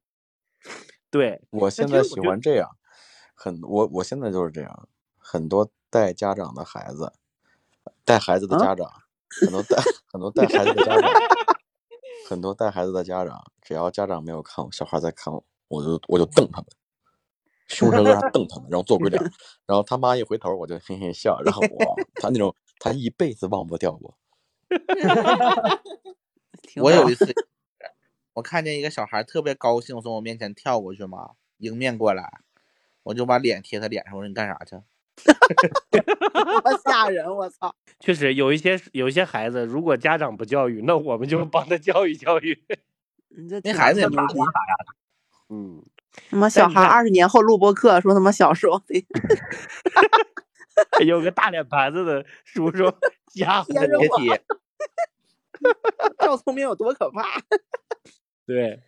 Speaker 3: 对，
Speaker 7: 我
Speaker 3: 但
Speaker 7: 现
Speaker 3: 其实我
Speaker 7: 在喜
Speaker 3: 觉得，
Speaker 7: 欢这样，很我我现在就是这样，很多带家长的孩子，带孩
Speaker 3: 啊
Speaker 7: 子的
Speaker 5: 嗯，
Speaker 7: 家长，很多带 <laughs> 很多带孩子的
Speaker 3: <laughs>
Speaker 7: 家长，很多带孩子的家长，只要家长没有看我，小孩在看我，我就我就瞪他们，凶神恶煞瞪他们，然后做
Speaker 3: <laughs>
Speaker 7: 鬼脸儿，然后他妈一回头我就嘿嘿笑，然后哇，他那种他一辈子忘不掉我，
Speaker 5: 挺
Speaker 6: 我有
Speaker 5: 好。
Speaker 6: 一次，我看见一个小孩特别高兴从我面前跳过去嘛，迎面过来，我就把脸贴他脸上，我说你干啥去？
Speaker 5: 多吓人！我操，
Speaker 3: 确实有一些有一些孩子，如果家长不教育，那我们就帮他教育教育。
Speaker 5: 你嗯这
Speaker 6: 那
Speaker 5: 挺
Speaker 6: 孩子也
Speaker 5: 特
Speaker 6: 没
Speaker 5: 牛
Speaker 6: 有
Speaker 5: 逼。
Speaker 3: <laughs> 嗯，
Speaker 5: 他妈小
Speaker 3: 但你
Speaker 5: 孩
Speaker 3: 看
Speaker 5: 二十年后录播课，说他妈小时候得
Speaker 3: 有个大脸盘子的叔叔 <laughs> 吓唬
Speaker 5: 贴着
Speaker 6: 别
Speaker 3: 我，
Speaker 5: 我，
Speaker 6: 贴，
Speaker 5: 赵聪明有多可怕？
Speaker 3: 对，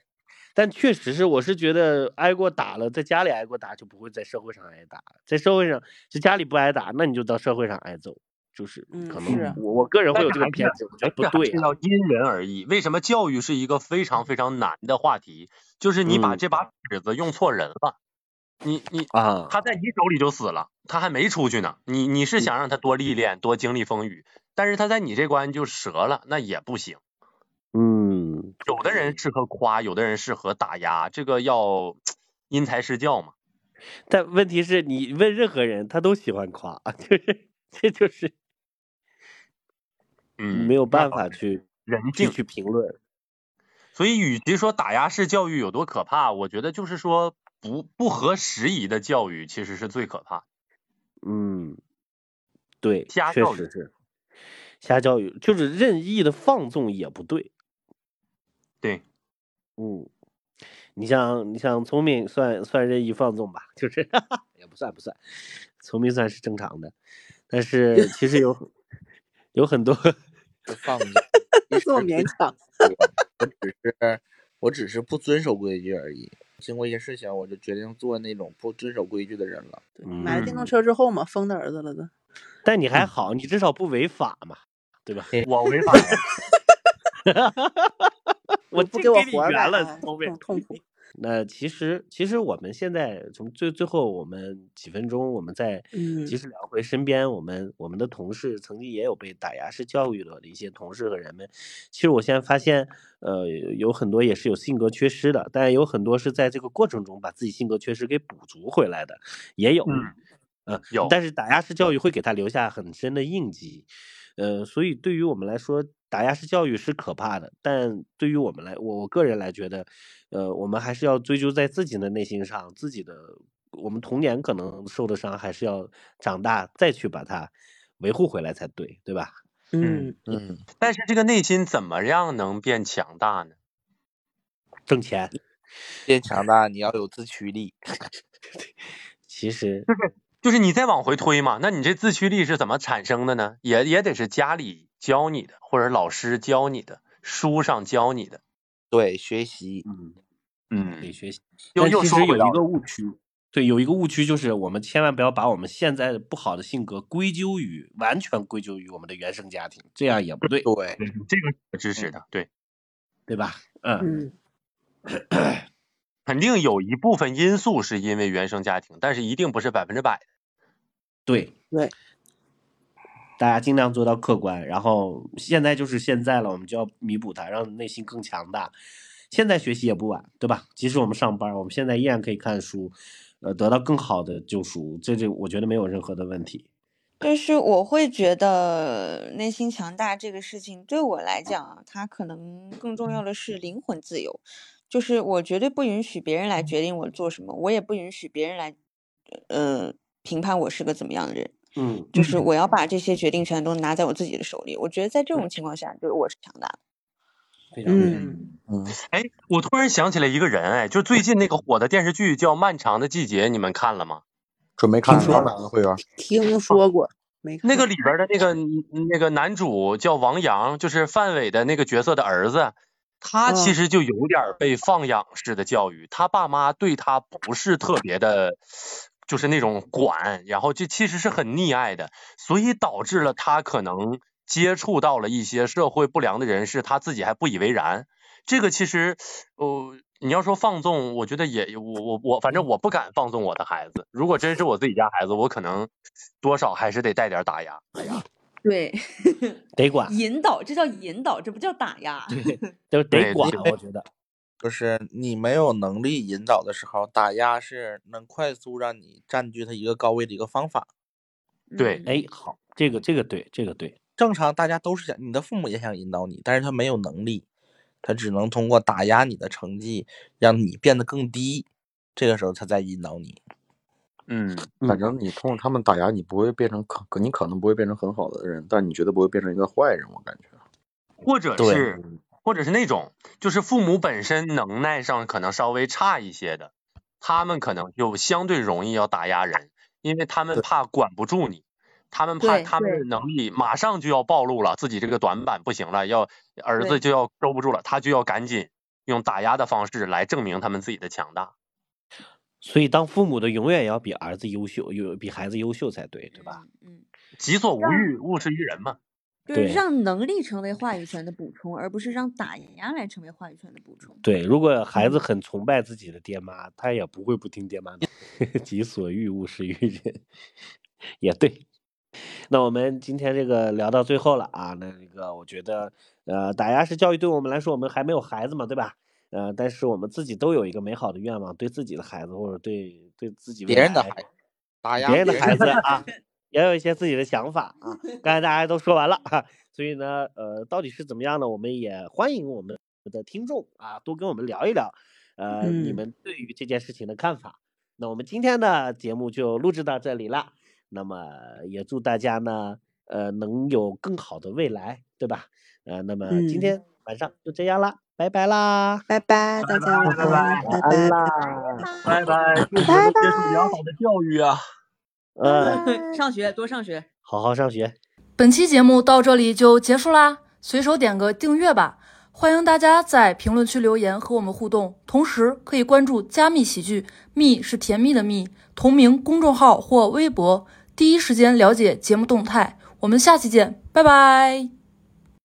Speaker 3: 但确实是，我是觉得挨过打了，在家里挨过打就不会在社会上挨打，在社会上在家里不挨打，那你就到社会上挨揍，就是
Speaker 5: 嗯，
Speaker 3: 可能
Speaker 5: 是，
Speaker 6: 嗯，
Speaker 3: 我我个人
Speaker 4: 但
Speaker 3: 会有
Speaker 4: 是
Speaker 3: 这个
Speaker 4: 还是
Speaker 3: 偏执，我觉
Speaker 4: 还
Speaker 3: 得不
Speaker 4: 是哎还
Speaker 3: 对
Speaker 4: 是
Speaker 3: 啊。
Speaker 4: 要因人而异。为什么教育是一个非常非常难的话题？就是你把
Speaker 3: 嗯
Speaker 4: 这把尺子用错人了。你你
Speaker 3: 啊，
Speaker 4: 他在你手里就死了，他还没出去呢。你你是
Speaker 3: 嗯
Speaker 4: 想让他多历练、多经历风雨，但是他在你这关就折了，那也不行。
Speaker 3: 嗯，
Speaker 4: 有的人适合夸，有的人适合打压，这个要因材施教嘛。
Speaker 3: 但问题是你问任何人，他都喜欢夸， <laughs> 就是这就是你
Speaker 4: 嗯，
Speaker 3: 没有
Speaker 4: 那
Speaker 3: 办
Speaker 4: 倒
Speaker 3: 法
Speaker 4: 是
Speaker 3: 去
Speaker 4: 人
Speaker 3: 去
Speaker 4: 性。
Speaker 3: 去评论。
Speaker 4: 所以，与其说打压式教育有多可怕，我觉得就是说不不合时宜的教育其实是最可怕的。
Speaker 3: 嗯，对，
Speaker 4: 瞎
Speaker 3: 确
Speaker 4: 教
Speaker 3: 实
Speaker 4: 育，
Speaker 3: 是瞎教育，就是任意的放纵也不对。
Speaker 4: 对，
Speaker 3: 嗯。你像你像聪明算算任意放纵吧，就是 <laughs> 也不算不算，聪明算是正常的，但是其实有 <laughs> 有很多 <laughs>
Speaker 6: 就放纵。其
Speaker 5: 这么
Speaker 6: 实
Speaker 5: 勉
Speaker 6: 并
Speaker 5: 强，
Speaker 6: 不多，我只是我只是不遵守规矩而已。经过一些事情，我就决定做那种不遵守规矩的人了。
Speaker 5: 对，买了电
Speaker 3: 嗯，
Speaker 5: 动车之后嘛，疯他儿子了都。
Speaker 3: 但你还
Speaker 4: 嗯，
Speaker 3: 好，你至少不违法嘛，对吧？
Speaker 6: 嘿
Speaker 4: 我 <laughs> 违法呀，
Speaker 3: 我
Speaker 5: 不不给
Speaker 3: 净
Speaker 5: 我
Speaker 3: 给你
Speaker 5: 活儿
Speaker 3: 圆
Speaker 5: 干
Speaker 3: 了，
Speaker 5: 啥呀？
Speaker 3: 聪明，
Speaker 5: 痛痛苦。
Speaker 3: 那其实，其实我们现在从最最后我们几分钟，我们再
Speaker 5: 嗯
Speaker 3: 及时聊回身边，我们我们的同事曾经也有被打压式教育了的一些同事和人们。其实我现在发现，呃，有很多也是有性格缺失的，但有很多是在这个过程中把自己性格缺失给补足回来的，也有。
Speaker 4: 嗯，
Speaker 3: 呃，
Speaker 4: 有，
Speaker 3: 但是打压式教育会给他留下很深的印记，呃，所以对于我们来说，打压式教育是可怕的，但对于我们来，我我个人来觉得，呃，我们还是要追究在自己的内心上，自己的我们童年可能受的伤，还是要长大再去把它维护回来才对，对吧？
Speaker 4: 嗯，
Speaker 5: 嗯
Speaker 7: 嗯，
Speaker 4: 但是这个内心怎么样能变强大呢？
Speaker 3: 挣钱，
Speaker 6: 变强大，你要有自驱力。
Speaker 3: 其实
Speaker 4: 就是你再往回推嘛，那你这自驱力是怎么产生的呢？也也得是家里教你的，或者老师教你的，书上教你的。
Speaker 6: 对，学习
Speaker 3: 嗯，得
Speaker 4: 嗯，
Speaker 3: 学习。
Speaker 4: 又
Speaker 3: 但
Speaker 4: 又
Speaker 3: 其
Speaker 4: 说
Speaker 3: 实有
Speaker 4: 回
Speaker 3: 一
Speaker 4: 到
Speaker 3: 个误区，对，有一个误区就是我们千万不要把我们现在的不好的性格归咎于完全归咎于我们的原生家庭，这样也不对，
Speaker 6: 对，
Speaker 4: 对这个我支持
Speaker 6: 嗯，
Speaker 4: 的，对，
Speaker 3: 对吧？嗯，
Speaker 5: 嗯
Speaker 4: 肯定有一部分因素是因为原生家庭，但是一定不是百分之百的。
Speaker 3: 对，
Speaker 5: 对，
Speaker 3: 大家尽量做到客观，然后现在就是现在了，我们就要弥补它，让内心更强大。现在学习也不晚，对吧？即使我们上班，我们现在依然可以看书，呃，得到更好的救赎，这这我觉得没有任何的问题。
Speaker 9: 就是我会觉得呃内心强大这个事情对我来讲啊，它可能更重要的是灵魂自由，就是我绝对不允许别人来决定我做什么，我也不允许别人来，呃，评判我是个怎么样的人，
Speaker 3: 嗯，
Speaker 9: 就是我要把这些决定权都拿在我自己的手里。我觉得在这种情况下，就是我是强大的。
Speaker 3: 非常对。
Speaker 5: 嗯
Speaker 4: 嗯，
Speaker 7: 嗯，
Speaker 4: 哎，我突然想起来一个人，哎，就最近那个火的电视剧叫《漫长的季节》，你们看了吗？
Speaker 7: 准备
Speaker 5: 听
Speaker 7: 看
Speaker 5: 说
Speaker 7: 刚
Speaker 5: 了，
Speaker 7: 买了会员。
Speaker 5: 听说过，没
Speaker 4: 那
Speaker 5: 看
Speaker 4: 个里边儿的那个嗯那个男主叫王阳，就是范伟的那个角色的儿子，他其
Speaker 5: 啊。
Speaker 4: 实就有点儿被放养式的教育，他爸妈对他不是特别的，就是那种管，然后这其实是很溺爱的，所以导致了他可能接触到了一些社会不良的人士，他自己还不以为然。这个其实，呃，你要说放纵，我觉得也我我我，反正我不敢放纵我的孩子。如果真是我自己家孩子，我可能多少还是得带点儿打压。
Speaker 9: 对，
Speaker 3: 得管，
Speaker 9: <laughs> 引导，这叫引导，这不叫打压。
Speaker 3: 对，就得
Speaker 4: 对，
Speaker 3: 管
Speaker 4: 这
Speaker 6: 因，为
Speaker 3: 我觉得，
Speaker 6: 就是你没有能力引导的时候，打压是能快速让你占据它一个高位的一个方法。
Speaker 4: 对
Speaker 9: 嗯，
Speaker 3: 哎，好，这个这个对，这个对，
Speaker 6: 正常大家都是想，你的父母也想引导你，但是他没有能力，他只能通过打压你的成绩，让你变得更低，这个时候他再引导你。
Speaker 4: 嗯，
Speaker 7: 反
Speaker 3: 嗯，
Speaker 7: 正你通过他们打压，你不会变成可，你可能不会变成很好的人，但你绝对不会变成一个坏人，我感觉。
Speaker 4: 或者
Speaker 6: 对，
Speaker 4: 是或者是那种，就是父母本身能耐上可能稍微差一些的，他们可能就相对容易要打压人，因为他们
Speaker 6: 对，
Speaker 4: 怕管不住你。他们怕
Speaker 9: 对
Speaker 4: 他们的
Speaker 9: 对
Speaker 4: 能力马上就要暴露了，自己这个短板不行了，要儿子
Speaker 9: 对
Speaker 4: 就要收不住了，他就要赶紧用打压的方式来证明他们自己的强大。
Speaker 3: 所以当父母的永远要比儿子优秀，有比孩子优秀才对，对吧？
Speaker 9: 嗯嗯，
Speaker 4: 己所无
Speaker 9: 让
Speaker 4: 欲，勿施于人嘛。
Speaker 9: 就是
Speaker 3: 对
Speaker 9: 让能力成为话语权的补充，而不是让打压来成为话语权的补充。
Speaker 3: 对，如果孩子
Speaker 5: 嗯
Speaker 3: 很崇拜自己的爹妈，他也不会不听爹妈的。 <laughs> 己所欲，勿施于人， <laughs> 也对。 <laughs> 那我们今天这个聊到最后了啊，那这个我觉得，呃，打压式教育对我们来说，我们还没有孩子嘛，对吧？呃，但是我们自己都有一个美好的愿望，对自己的孩子或者对对自己
Speaker 6: 别
Speaker 3: 未
Speaker 6: 人的
Speaker 3: 来
Speaker 6: 孩子打
Speaker 3: 别
Speaker 6: 压
Speaker 3: 人的
Speaker 6: 别人
Speaker 3: 孩
Speaker 6: 的
Speaker 3: 子
Speaker 6: 孩
Speaker 3: 啊，也有一些自己的想法啊。刚才大家都说完了哈、所以呢，呃，到底是怎么样呢？我们也欢迎我们的听众啊，多跟我们聊一聊，呃，你
Speaker 5: 嗯，
Speaker 3: 们对于这件事情的看法。那我们今天的节目就录制到这里了，那么也祝大家呢，呃，能有更好的未来，对吧？呃，那么今
Speaker 5: 嗯，
Speaker 3: 天晚上就这样啦，拜拜啦，
Speaker 5: 拜拜，
Speaker 4: 拜
Speaker 5: 大家晚
Speaker 4: 拜拜
Speaker 5: 安，
Speaker 4: 拜
Speaker 5: 拜
Speaker 3: 晚安
Speaker 5: 拜，
Speaker 3: 啦，
Speaker 9: 拜
Speaker 4: 拜拜，祝我
Speaker 5: 拜
Speaker 4: 们接受良
Speaker 5: 拜，
Speaker 4: 好的教育啊！
Speaker 9: 拜
Speaker 3: 嗯、
Speaker 9: 拜，上学多上学。
Speaker 3: 好好上学。
Speaker 2: 本期节目到这里就结束啦，随手点个订阅吧。欢迎大家在评论区留言和我们互动，同时可以关注加密喜剧，密是甜蜜的蜜，同名公众号或微博，第一时间了解节目动态。我们下期见，拜拜。